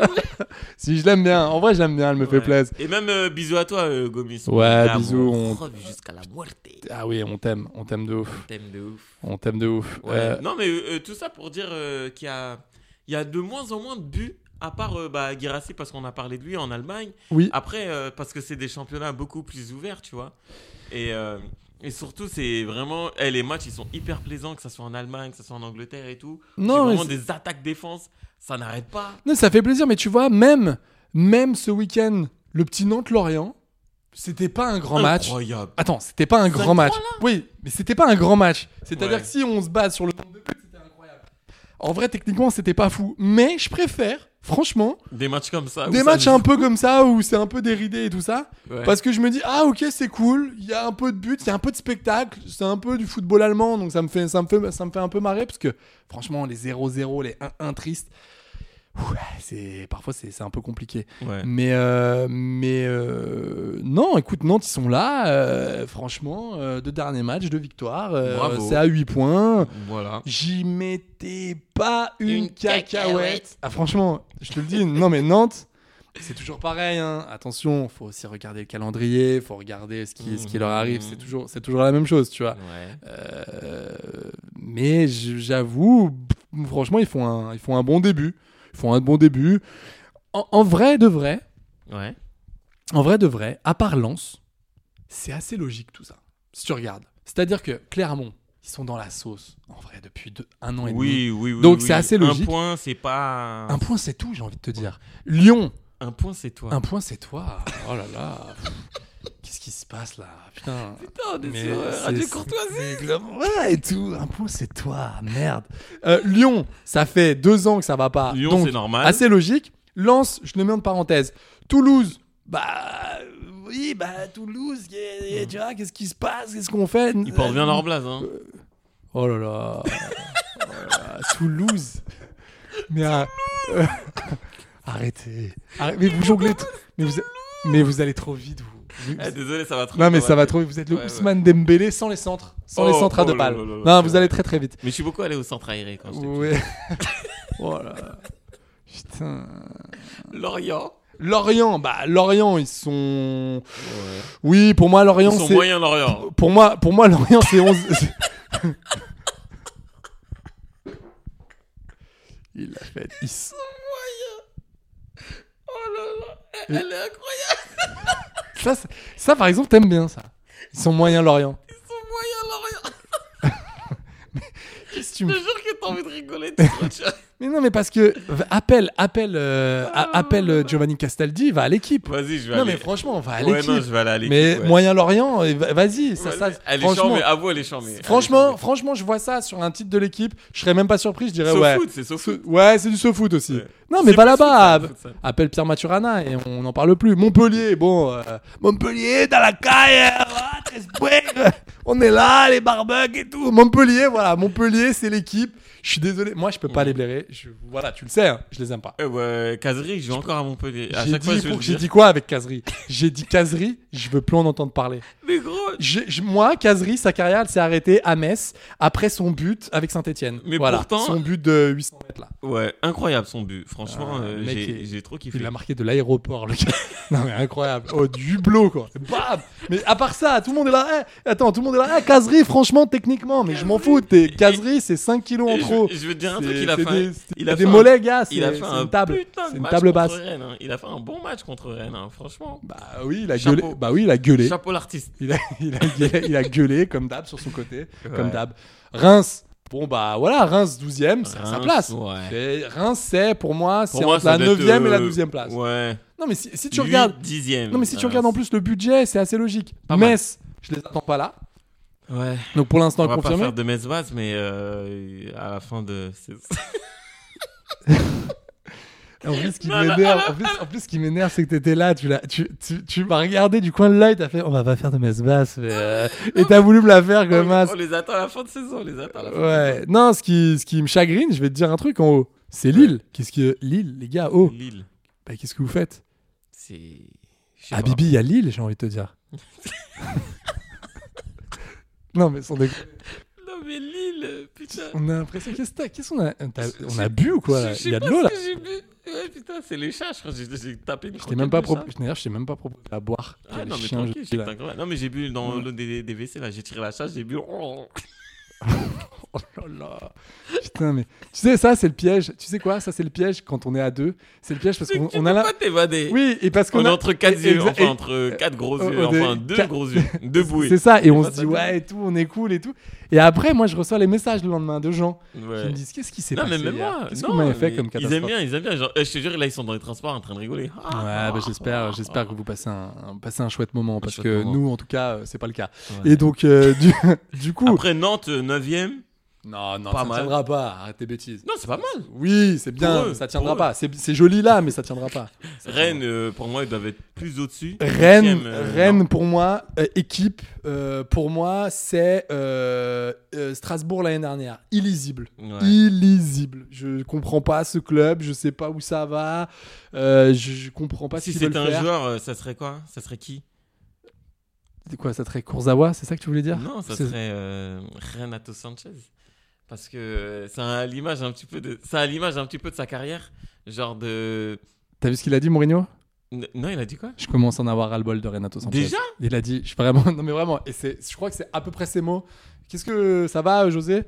S8: si je l'aime bien, en vrai, je l'aime bien, elle me fait
S9: Ouais.
S8: plaisir.
S9: Et même euh, bisous à toi, euh, Gomis.
S8: Ouais,
S9: Là,
S8: bisous,
S9: On
S8: on-
S9: creve jusqu'à la muerte.
S8: Ah oui, on t'aime, on t'aime de ouf.
S9: T'aimes de ouf.
S8: On t'aime de ouf.
S9: Ouais.
S8: Euh,
S9: Non, mais euh, euh, tout ça pour dire euh, qu'il y a... il y a de moins en moins de buts, à part euh, bah, Guirassy, parce qu'on a parlé de lui en Allemagne.
S8: oui,
S9: Après, euh, parce que c'est des championnats beaucoup plus ouverts, tu vois. Et, euh, et surtout, c'est vraiment. eh, les matchs, ils sont hyper plaisants, que ce soit en Allemagne, que ce soit en Angleterre et tout.
S8: Non,
S9: C'est
S8: mais
S9: vraiment
S8: c'est-
S9: des attaques-défense. Ça n'arrête pas.
S8: Non, ça fait plaisir, mais tu vois, même, même ce week-end, le petit Nantes-Lorient, c'était pas un grand match.
S9: Incroyable.
S8: Attends, c'était pas un grand
S9: 5-3,
S8: match. Oui, mais c'était pas un grand match. C'est-à-dire
S9: Ouais.
S8: que si on se base sur le nombre de buts, c'était incroyable. En vrai, techniquement, c'était pas fou. Mais je préfère, franchement,
S9: Des matchs comme ça.
S8: des
S9: où ça
S8: matchs
S9: joue.
S8: un peu comme ça où c'est un peu déridé et tout ça.
S9: Ouais.
S8: Parce que je me dis, ah ok, c'est cool, il y a un peu de but, il y a un peu de spectacle, c'est un peu du football allemand, donc ça me fait, ça me fait, ça me fait un peu marrer parce que franchement, les 0-0, les 1-1 tristes, ouh, c'est parfois c'est c'est un peu compliqué.
S9: Ouais.
S8: Mais, euh, mais euh, non, écoute, Nantes, ils sont là, euh, franchement, euh, deux derniers matchs, deux victoires, euh,
S9: Bravo.
S8: c'est à 8 points.
S9: Voilà.
S8: J'y mettais pas une,
S9: Une
S8: cacahuète.
S9: cacahuète.
S8: Ah franchement, je te le dis, non mais Nantes, c'est toujours pareil. Hein. Attention, faut aussi regarder le calendrier, faut regarder ce qui, ce qui leur arrive. C'est toujours, c'est toujours la même chose, tu vois.
S9: Ouais.
S8: Euh, mais j- j'avoue, franchement, ils font un, ils font un bon début. Ils font un bon début. En, en vrai, de vrai,
S9: Ouais.
S8: en vrai de vrai, à part Lens, c'est assez logique tout ça. Si tu regardes, c'est-à-dire que Clermont, ils sont dans la sauce. En vrai, depuis deux- un an et demi.
S9: Oui, oui, oui.
S8: Donc,
S9: oui.
S8: c'est assez logique.
S9: Un point, c'est pas.
S8: Un point, c'est tout, j'ai envie de te dire. Lyon,
S9: Un point, c'est toi.
S8: un point, c'est toi. Oh là là. Qu'est-ce qui se passe là Putain.
S9: point,
S8: Mais c'est- c'est globalement- Ouais, et tout. Un point, c'est toi. Merde. Euh, Lyon, ça fait deux ans que ça va pas.
S9: Lyon,
S8: donc
S9: c'est normal.
S8: Assez logique. Lens, je le mets en parenthèse. Toulouse, bah. Oui, bah, Toulouse, y- y- tu vois, qu'est-ce qui se passe Qu'est-ce qu'on fait
S9: Ils portent bien leur blase,
S8: Euh,
S9: hein.
S8: Oh là là. Oh là là. Toulouse. Mais euh, euh, arrêtez. Arrêtez. Mais vous jonglez. t- Mais vous, mais vous allez trop vite. Vous. Vous-
S9: Eh, désolé, ça va trop
S8: non mais
S9: vite,
S8: ça va trop vite. Vous êtes le
S9: Ouais, ouais.
S8: Ousmane Dembélé sans les centres, sans les
S9: Oh,
S8: centres à
S9: oh
S8: deux
S9: là
S8: balles.
S9: là là là,
S8: non,
S9: c'est
S8: vous
S9: vrai.
S8: allé très très vite.
S9: Mais je suis beaucoup allé au centre aéré quand j'étais
S8: Ouais. oh là. là. Putain.
S9: petit. Lorient.
S8: Lorient, bah Lorient, ils sont. Oui, pour moi Lorient,
S9: Ils sont
S8: c'est.
S9: moyens, Lorient.
S8: Pour moi, pour moi, Lorient, c'est 11. Il l'a fait. Ils sont moyens. Oh là là, elle est incroyable. Ça, c'est- ça, par exemple, t'aimes bien ça. Ils sont moyens, Lorient. Ils sont moyens, Lorient. Mais qu'est-ce que tu me
S9: Je jure que t'as envie de rigoler, t'es trop chiant.
S8: Mais non, mais parce que v- appelle, appelle, euh, a- appelle euh, Giovanni Castaldi, va à l'équipe.
S9: Vas-y, je vais
S8: non,
S9: aller.
S8: mais franchement, va à
S9: Ouais,
S8: l'équipe.
S9: non, je vais aller à l'équipe,
S8: Mais
S9: ouais.
S8: moyen Lorient, euh, va- vas-y. Ça,
S9: Vas-y.
S8: ça,
S9: elle est
S8: franchement,
S9: chambée, avoue, elle est chambée.
S8: Franchement,
S9: Elle est chambée.
S8: franchement, je vois ça sur un titre de l'équipe. Je serais même pas surpris. Je dirais
S9: Sauf
S8: ouais.
S9: foot, c'est sauf
S8: So-
S9: foot.
S8: Ouais, c'est du sauf foot aussi.
S9: Ouais.
S8: Non, mais
S9: C'est
S8: va
S9: plus
S8: là-bas.
S9: foot, ça,
S8: app-
S9: foot,
S8: Appelle Pierre Maturana et on n'en parle plus. Montpellier, bon. euh, Montpellier, dans la caille. euh, voilà, très bien. on est là, les barbecues et tout. Montpellier, voilà. Montpellier, c'est l'équipe. Je suis désolé. Moi, je peux pas les blairer. Je- voilà, tu le sais. hein, je les aime pas.
S9: Eh ouais, Kazri, je vais encore à Montpellier. À
S8: J'ai
S9: chaque fois,
S8: dit,
S9: je vais
S8: pour-
S9: le
S8: j'ai
S9: dire.
S8: dit quoi avec Casery J'ai dit Casery, je veux plus en entendre parler.
S9: plus gros.
S8: Je- je- moi, Kazri, sa carrière, elle s'est arrêtée à Metz après son but avec Saint-Etienne.
S9: Mais
S8: voilà,
S9: pourtant-
S8: Son but de 800 mètres, là.
S9: Ouais, incroyable son but. Franchement,
S8: Ah,
S9: euh,
S8: le mec
S9: j'ai
S8: est-
S9: j'ai trop kiffé.
S8: Il l'a marqué de l'aéroport, le gars. non, mais incroyable. Oh, du blot, quoi. Bam Mais à part ça, tout le monde est là. Eh, attends, tout le monde est là. Eh, Kazri, franchement, techniquement, mais je m'en fous. T'es Kazri, c'est 5 kilos en
S9: Et je-
S8: trop.
S9: je veux te dire un truc,
S8: C'est-
S9: il a
S8: c'est
S9: fait un-
S8: des- c'est
S9: il a
S8: des
S9: fait un-
S8: mollets, gars. C'est
S9: Il a fait
S8: c'est
S9: un
S8: une table.
S9: putain de
S8: C'est une
S9: match
S8: table
S9: contre
S8: basse.
S9: Rennes, hein. Il a fait un bon match contre Rennes, hein, franchement.
S8: Bah oui, il a
S9: Chapeau.
S8: gueulé. Bah oui, il a gueulé.
S9: Chapeau l'artiste.
S8: Il a, il, a gueulé, il a gueulé, comme d'hab sur son côté, comme
S9: Ouais.
S8: d'hab. Reims, bon bah voilà, Reims 12e, c'est à sa
S9: Reims,
S8: place.
S9: ouais.
S8: C'est- Reims c'est pour moi, c'est
S9: Pour moi,
S8: entre la
S9: ça doit être,
S8: 9e et la
S9: euh,
S8: 12e place.
S9: Ouais.
S8: Non mais si, si tu
S9: Huit
S8: regardes,
S9: dixièmes.
S8: non mais si tu
S9: Ah,
S8: regardes en plus le budget, c'est assez logique.
S9: Pas mal.
S8: Metz, je les attends pas là.
S9: Ouais.
S8: Donc pour l'instant
S9: On va pas
S8: confirmé.
S9: faire de mes bases, mais euh, à la fin de. c'est-
S8: En plus, ce qui m'énerve, en plus, en plus, ce qui m'énerve, c'est que t'étais là, tu, l'as- tu, tu, tu m'as regardé du coin de l'œil, t'as fait, on va pas faire de Metz basse, mais, euh, et t'as voulu me la faire
S9: On,
S8: comme as.
S9: on les attend à la fin de saison. On les attend à la fin.
S8: Ouais. Non, ce qui, ce qui me chagrine, je vais te dire un truc en haut. C'est Lille. Qu'est-ce que Lille, les gars, oh.
S9: Lille.
S8: Bah, qu'est-ce que vous faites
S9: C'est. je sais
S8: À
S9: pas.
S8: Bibi, il y a Lille, j'ai envie de te dire. non, mais sans déconner.
S9: Non mais Lille, putain.
S8: On a l'impression. Qu'est-ce que t'as- qu'est-ce qu'on a t'as- On a bu ou quoi là
S9: Je sais
S8: Il y a de
S9: pas
S8: l'eau
S9: ce
S8: là.
S9: que j'ai bu. Ouais, putain, c'est les chats, je crois. J'ai- J'ai tapé une
S8: Je t'ai même pas
S9: croquette de
S8: proposé.
S9: chat.
S8: D'ailleurs, je t'ai même pas proposé à boire.
S9: Ah
S8: Quel
S9: non mais
S8: chien,
S9: tranquille,
S8: je suis
S9: j'ai
S8: là.
S9: incroyable. Non mais j'ai bu dans l'eau des, des WC là, j'ai tiré la chasse, j'ai bu. Ouais,
S8: Oh là là. Putain, mais. Tu sais, ça, c'est le piège. Tu sais quoi Ça, c'est le piège quand on est à deux. C'est le piège parce qu'on
S9: tu
S8: on a
S9: peux
S8: la.
S9: pas t'évader.
S8: Oui, et parce qu'on
S9: On est
S8: a-
S9: entre quatre
S8: et-
S9: yeux,
S8: exa-
S9: enfin
S8: et-
S9: entre quatre gros
S8: euh,
S9: yeux,
S8: euh,
S9: enfin
S8: des-
S9: deux
S8: quatre-
S9: gros yeux, deux bouées.
S8: C'est ça, et on se
S9: pas
S8: dit,
S9: ça.
S8: ouais, et tout, on est cool et tout. Et après, moi, je reçois les messages le lendemain de gens qui
S9: Ouais.
S8: me disent, qu'est-ce qui s'est
S9: Non,
S8: passé
S9: mais même
S8: hier
S9: moi.
S8: Qu'est-ce
S9: non,
S8: qu'on m'avait fait
S9: mais
S8: comme
S9: Ils
S8: catastrophe
S9: aiment bien, ils aiment bien. Genre, eh, je te jure, là, ils sont dans les transports en train de rigoler.
S8: Ouais,
S9: Ah,
S8: bah, j'espère, j'espère que vous passez un, un- passez un chouette moment, parce
S9: chouette
S8: que
S9: moment.
S8: nous, en tout cas, euh, c'est pas le cas.
S9: Ouais.
S8: Et donc, euh, du, du coup,
S9: Après Nantes, euh, 9ème.
S8: non, non,
S9: pas
S8: ça
S9: mal.
S8: tiendra pas, arrête tes bêtises.
S9: Non, c'est pas mal.
S8: Oui, c'est bien,
S9: Pour eux,
S8: ça tiendra
S9: pour
S8: pas. C'est c'est joli là, mais ça tiendra pas. Ça tiendra
S9: Rennes, euh, pour moi, ils doivent être plus au-dessus.
S8: Rennes,
S9: Huitième, euh,
S8: Rennes
S9: non.
S8: pour moi, euh, équipe, euh, pour moi, c'est euh, euh, Strasbourg l'année dernière. Illisible.
S9: Ouais.
S8: Illisible. Je comprends pas ce club, je sais pas où ça va, euh, je, je comprends pas
S9: Si
S8: ce qu'ils
S9: c'était
S8: veulent
S9: un
S8: faire.
S9: joueur, euh, ça serait quoi Ça serait qui
S8: C'est quoi, ça serait Kurzawa, c'est ça que tu voulais dire
S9: Non, ça
S8: Ah, C'est-
S9: serait euh, Renato Sanchez. Parce que euh, ça a l'image un petit peu de ça a l'image un petit peu de sa carrière, genre de
S8: T'as vu ce qu'il a dit, Mourinho
S9: N- Non, il a dit quoi
S8: Je commence à en avoir ras-le-bol de Renato Sanchez.
S9: Déjà
S8: Il a dit, je suis vraiment, non mais vraiment, et c'est, je crois que c'est à peu près ces mots. Qu'est-ce que ça va, euh, José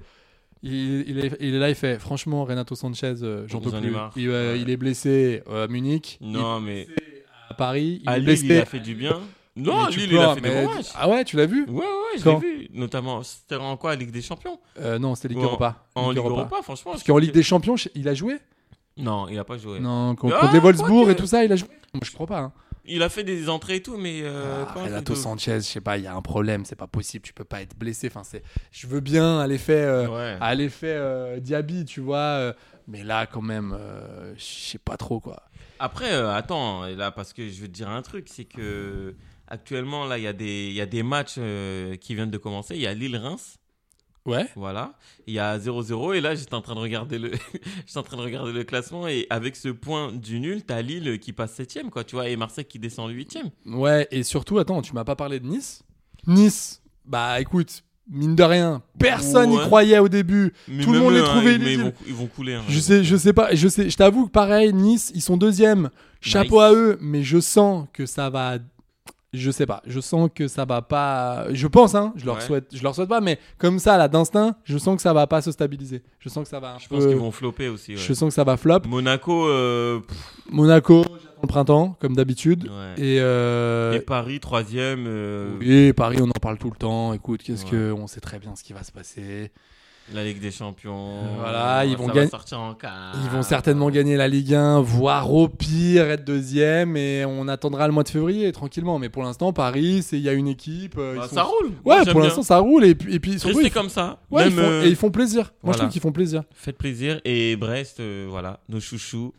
S8: il, il est, il est là, il fait, franchement, Renato Sanchez, euh, j'en peux
S9: J'en ai
S8: plus.
S9: marre.
S8: Il, euh,
S9: Ouais.
S8: il est blessé euh, à Munich,
S9: Non, mais
S8: à Paris, il
S9: à
S8: est
S9: Lille, il
S8: blessé.
S9: a fait du bien. Non,
S8: Mais tu
S9: Lille,
S8: peux,
S9: il a fait
S8: mais-
S9: des bons matchs.
S8: Ah ouais, tu l'as vu
S9: Ouais, ouais, je
S8: Quand
S9: l'ai vu. Notamment, c'était en quoi Ligue des Champions
S8: Euh, Non, c'était Ligue
S9: Ou en-
S8: Europa.
S9: En Ligue Europa, franchement.
S8: Parce
S9: je
S8: qu'en
S9: trouve
S8: Ligue des Champions, je- il a joué
S9: que- Non, il a pas joué.
S8: Non, contre,
S9: Ah,
S8: contre les Wolfsburg
S9: quoique.
S8: et tout ça, il a joué. Moi, Je crois pas. hein.
S9: Il a fait des entrées et tout, mais. euh,
S8: Ah,
S9: quand
S8: Renato
S9: c'est-
S8: Sanchez, je sais pas, il y a un problème, c'est pas possible, tu peux pas être blessé. Enfin, c'est, je veux bien à l'effet, euh,
S9: Ouais.
S8: à l'effet euh, Diaby, tu vois, euh, mais là quand même, euh, je sais pas trop quoi.
S9: Après, euh, attends, là, parce que je veux te dire un truc, c'est que actuellement, là, il y, a des- il y a des matchs euh, qui viennent de commencer. Il y a Lille-Reims,
S8: Ouais.
S9: voilà. Il y a 0-0, et là, j'étais en train de regarder le, j'étais en train de regarder le classement, et avec ce point du nul, t'as Lille qui passe 7 quoi, tu vois, et Marseille qui descend 8
S8: Ouais, et surtout, attends, tu m'as pas parlé de Nice. Nice, bah écoute, mine de rien, personne n'y
S9: Ouais.
S8: croyait au début.
S9: Mais
S8: Tout le
S9: même
S8: monde
S9: eux,
S8: les
S9: hein,
S8: trouvait
S9: ils- mais ils,
S8: illisibles.
S9: vont, ils vont couler. hein.
S8: Je sais, je sais pas, je sais, je t'avoue que pareil, Nice, ils sont deuxième. Chapeau
S9: Nice.
S8: à eux, mais je sens que ça va. Je sais pas, je sens que ça va pas. Je pense, hein, je leur
S9: Ouais.
S8: souhaite, je leur souhaite pas, mais comme ça, là, d'instinct, je sens que ça va pas se stabiliser. Je sens que ça va. un
S9: Je pense
S8: peu-
S9: qu'ils vont flopper aussi. ouais.
S8: Je sens que ça va flop.
S9: Monaco euh, pff,
S8: Monaco, j'attends le printemps, comme d'habitude.
S9: Ouais.
S8: Et, euh,
S9: et Paris, 3 e
S8: oui, Paris, on en parle tout le temps. Écoute, qu'est-ce
S9: Ouais.
S8: que. On sait très bien ce qui va se passer.
S9: la Ligue des Champions.
S8: Euh, Voilà, ils vont
S9: ça va
S8: gagner-
S9: sortir en quart.
S8: Ils vont certainement gagner la Ligue 1, voire au pire être deuxième, et on attendra le mois de février tranquillement. Mais pour l'instant, Paris, c'est- il y a une équipe. euh, ils
S9: Bah,
S8: sont-
S9: ça roule. Moi,
S8: Ouais,
S9: j'aime
S8: pour
S9: bien.
S8: l'instant, ça roule, et puis, et puis surtout,
S9: Restez
S8: ils font-
S9: comme ça.
S8: ouais, ils
S9: Même,
S8: font-
S9: euh,
S8: et ils font plaisir. Moi, je
S9: voilà.
S8: trouve qu'ils font plaisir.
S9: Faites plaisir. Et Brest, euh, voilà, nos chouchous.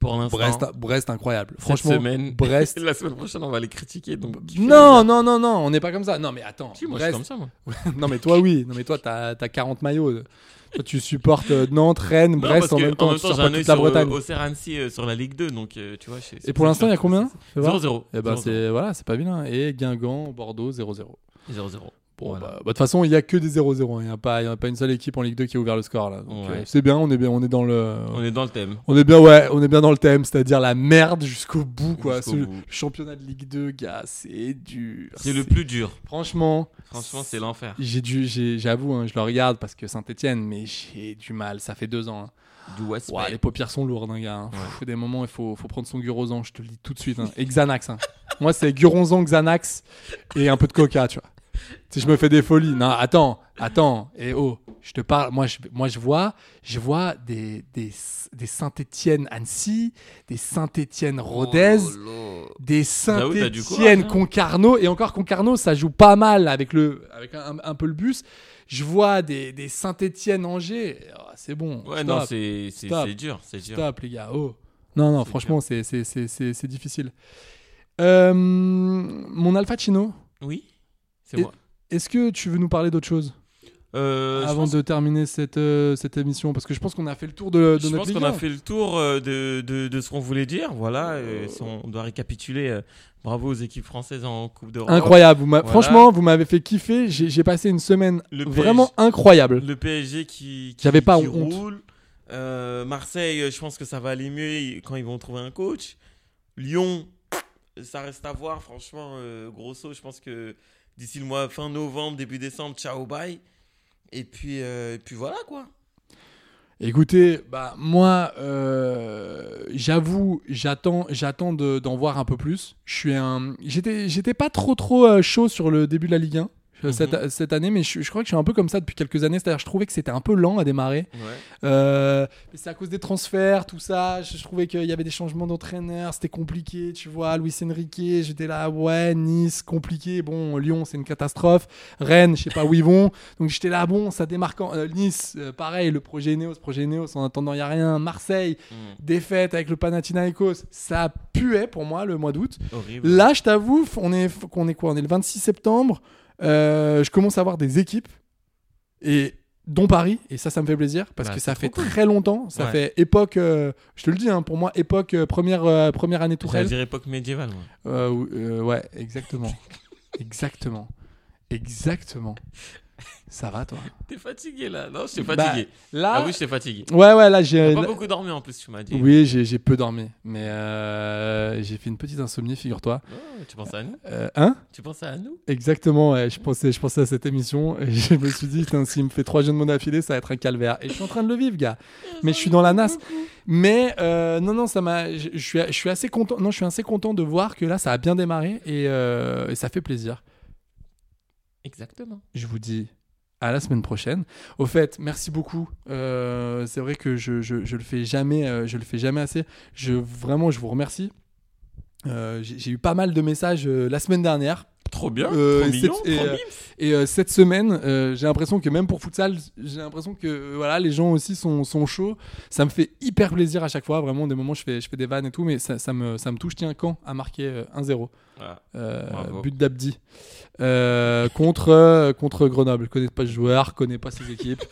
S9: Pour l'instant.
S8: Brest,
S9: cette
S8: Brest incroyable. Franchement,
S9: semaine.
S8: Brest.
S9: La semaine prochaine, on va les critiquer. Donc, kiffez
S8: non, non, non, non, on n'est pas comme ça. Non, mais attends.
S9: les gars. Si, moi, je suis
S8: Brest,
S9: comme ça, moi.
S8: non, mais toi, oui. Non, mais toi, t'as as 40 maillots. Toi, tu supportes euh, Nantes, Rennes,
S9: Non,
S8: Brest
S9: parce
S8: en
S9: que
S8: même temps. tu
S9: j'ai
S8: supportes
S9: un œil
S8: toute la
S9: sur
S8: Bretagne.
S9: Auxerre Annecy euh, sur la Ligue 2. Donc, euh, tu vois, je-
S8: Et pour l'instant, il y a combien Fais voir.
S9: 0-0.
S8: Eh ben, c'est voilà, c'est pas vilain. Et Guingamp, Bordeaux, 0-0.
S9: 0-0.
S8: Bon,
S9: Voilà.
S8: bah, bah, de toute façon, il n'y a que des 0-0. Il n'y a, pas- il y a pas une seule équipe en Ligue 2 qui a ouvert le score. là. Donc,
S9: Ouais.
S8: euh, c'est bien, on est bien, on est dans le.
S9: On est dans le thème.
S8: On est bien, ouais, on est bien dans le thème, c'est-à-dire la merde jusqu'au bout, quoi.
S9: Jusqu'au
S8: Ce
S9: bout.
S8: championnat de Ligue 2, gars, c'est dur.
S9: C'est le plus dur.
S8: Franchement,
S9: Franchement, c'est l'enfer.
S8: j'ai dû, j'ai- j'avoue, hein, je le regarde parce que Saint-Etienne, mais j'ai du mal. Ça fait deux ans. hein.
S9: Du West.
S8: Ouah, les paupières sont lourdes, hein, gars. hein. Pff, des moments, il faut, faut prendre son gurosan, je te le dis tout de suite. hein. Et Xanax. hein. Moi, c'est guronzan, Xanax et un peu de coca, tu vois. Si je me fais des folies. Non, attends, attends. Et oh, je te parle. Moi, je, moi, je vois, je vois des, des, des Saint-Étienne Annecy, des Saint-Étienne Rodez, des
S9: Oh Bah oui, t'as du courage,
S8: Saint-Étienne
S9: hein.
S8: Concarneau. Et encore Concarneau, ça joue pas mal avec, le, avec un, un peu le bus. Je vois des, des Saint-Étienne Angers. Ah, c'est bon.
S9: Ouais,
S8: stop.
S9: non, c'est c'est-
S8: Stop.
S9: c'est dur. C'est dur.
S8: Stop, les gars. Oh. Non, non,
S9: C'est
S8: franchement, c'est- c'est- c'est c'est- c'est difficile. Euh, mon Alpha Chino,
S9: Oui, c'est
S8: Et-
S9: moi.
S8: est-ce que tu veux nous parler d'autre chose
S9: Euh, je
S8: avant
S9: pense-
S8: de terminer cette, euh, cette émission Parce que je pense qu'on a fait le tour de, de
S9: je
S8: notre
S9: pense
S8: Ligue hein.
S9: qu'on a
S8: 1.
S9: fait le tour euh, de, de, de ce qu'on voulait dire. Voilà, euh, si on doit récapituler, euh, bravo aux équipes françaises en Coupe d'Europe.
S8: Incroyable. Vous m'a-
S9: Voilà.
S8: Franchement, vous m'avez fait kiffer. J'ai j'ai passé une semaine
S9: Le PSG.
S8: vraiment incroyable.
S9: Le PSG qui, qui,
S8: J'avais pas
S9: qui
S8: honte.
S9: roule. Euh, Marseille, euh, je pense que ça va aller mieux ils- quand ils vont trouver un coach. Lyon, ça reste à voir, franchement. euh, grosso, je pense que d'ici le mois fin novembre, début décembre, ciao, bye. Et puis, euh, et puis voilà quoi.
S8: Écoutez, bah, moi, euh, j'avoue, j'attends, j'attends de- d'en voir un peu plus. Je suis un, j'étais, j'étais pas trop trop euh, chaud sur le début de la Ligue 1 euh, cette, cette année, mais je, je crois que je suis un peu comme ça depuis quelques années. C'est-à-dire, je trouvais que c'était un peu lent à démarrer. Euh, mais c'est à cause des transferts, tout ça. Je, je trouvais qu'il y avait des changements d'entraîneurs, c'était compliqué, tu vois. Luis Enrique, j'étais là, ouais, Nice, compliqué. Bon, Lyon, c'est une catastrophe. Rennes, je sais pas où ils vont. Donc j'étais là, bon, ça démarre quand euh, Nice, euh, pareil, le projet Neos, projet Neos, en attendant, il n'y a rien. Marseille, défaite avec le Panathinaikos, ça puait pour moi le mois d'août.
S9: Horrible.
S8: Là, je t'avoue, f- on est, f- qu'on est quoi On est le 26 septembre. Euh, je commence à avoir des équipes, et dont Paris, et ça, ça me fait plaisir, parce
S9: Bah,
S8: que
S9: c'est
S8: ça fait
S9: trop cool.
S8: très longtemps. Ça
S9: Ouais.
S8: fait époque, euh, je te le dis, hein, pour moi, époque euh, première, euh, première année
S9: Ça veut
S8: Tourelle.
S9: dire époque médiévale, moi.
S8: Euh, ou- euh, ouais, exactement. exactement. Exactement. Ça va, toi
S9: T'es fatigué là Non, je suis
S8: Bah,
S9: fatigué.
S8: Là,
S9: Ah oui, je t'ai fatigué.
S8: ouais, ouais, là, j'ai.
S9: T'as pas
S8: là-
S9: beaucoup dormi en plus, tu m'as dit.
S8: Oui, j'ai j'ai peu dormi, mais euh, j'ai fait une petite insomnie, figure-toi.
S9: Oh, tu penses à nous
S8: Euh, hein
S9: Tu penses à nous
S8: Exactement, ouais, je, pensais, je pensais à cette émission et je me suis dit, putain, s'il me fait trois jeux de mots d'affilée, ça va être un calvaire. Et je suis en train de le vivre, gars. Mais je suis dans la nasse. Mais euh, non, non, ça m'a. Je, je suis, je suis assez content. Non, je suis assez content de voir que là, ça a bien démarré et, euh, et ça fait plaisir.
S9: Exactement.
S8: Je vous dis à la semaine prochaine. Au fait, merci beaucoup. Euh, c'est vrai que je, je, je le fais jamais, euh, je le fais jamais assez. Je vraiment, je vous remercie. Euh, j'ai j'ai eu pas mal de messages euh, la semaine dernière
S9: Trop bien,
S8: Euh,
S9: trop
S8: et
S9: mignon,
S8: c'est- et,
S9: trop
S8: euh,
S9: bif.
S8: et euh, cette semaine, euh, j'ai l'impression que même pour futsal, j'ai l'impression que euh, voilà, les gens aussi sont, sont chauds. Ça me fait hyper plaisir à chaque fois. Vraiment, des moments, je fais, je fais des vannes et tout, mais ça, ça me, ça me touche. Tiens, quand a marqué euh, 1-0,
S9: Voilà.
S8: euh,
S9: Ah, Bravo.
S8: but d'Abdi Euh, contre, euh, contre Grenoble. Je connais pas ce joueur, je connais pas ses équipes.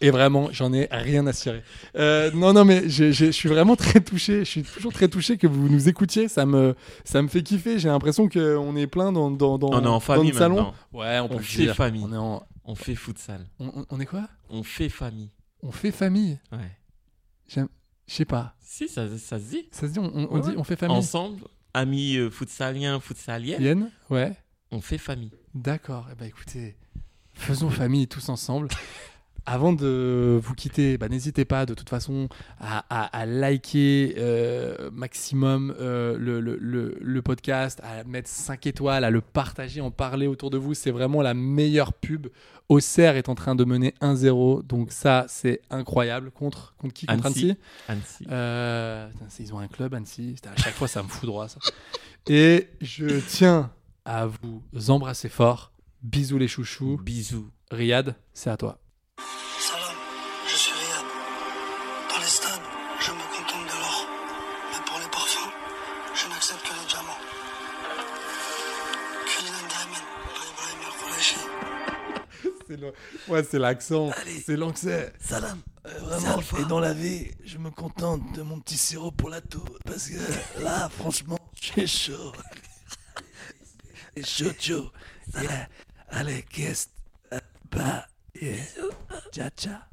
S8: et vraiment, j'en ai rien à cirer. Euh, non, non, mais j'ai- j'ai- je suis vraiment très touché. Je suis toujours très touché que vous nous écoutiez. Ça me, ça me fait kiffer. J'ai l'impression qu'on est plein dans, dans, dans,
S9: On est en
S8: dans
S9: famille
S8: le salon.
S9: maintenant.
S8: Ouais, on peut
S9: On
S8: le
S9: fait
S8: dire.
S9: famille.
S8: On est, en-
S9: On fait futsal.
S8: on- on- on est quoi
S9: On fait famille.
S8: On fait famille.
S9: Ouais.
S8: J'aime- Je sais pas.
S9: Si, ça, ça se dit.
S8: Ça se dit, on, on- on
S9: Ouais,
S8: dit
S9: ouais.
S8: on fait famille.
S9: Ensemble, amis euh, futsaliens, futsaliennes,
S8: Yen Ouais.
S9: on fait famille.
S8: D'accord. Eh ben, écoutez, faisons famille tous ensemble. Avant de vous quitter, bah, n'hésitez pas de toute façon à, à- à liker euh, maximum euh, le, le- le- le podcast, à mettre 5 étoiles, à le partager, en parler autour de vous. C'est vraiment la meilleure pub. Auxerre est en train de mener 1-0, donc ça c'est incroyable. Contre, contre qui Contre
S9: Annecy.
S8: Annecy
S9: Annecy.
S8: Euh, putain, c'est- ils ont un club, Annecy. Putain, à chaque fois, ça me fout droit, ça. Et je tiens à vous embrasser fort. Bisous les chouchous.
S9: Bisous.
S8: Riyad, c'est à toi.
S4: Salam, je suis Riyad. Dans les stades, je me contente de l'or.
S8: c'est le- ouais, c'est l'accent.
S7: Allez.
S8: C'est l'accent.
S7: Salam. Euh, vraiment, et dans la vie, je me contente de mon petit sirop pour la toux. Parce que là, franchement, j'ai chaud. Et chaud, chaud. Allez, allez, qu'est-ce? Bah, yeah. Tcha, tcha.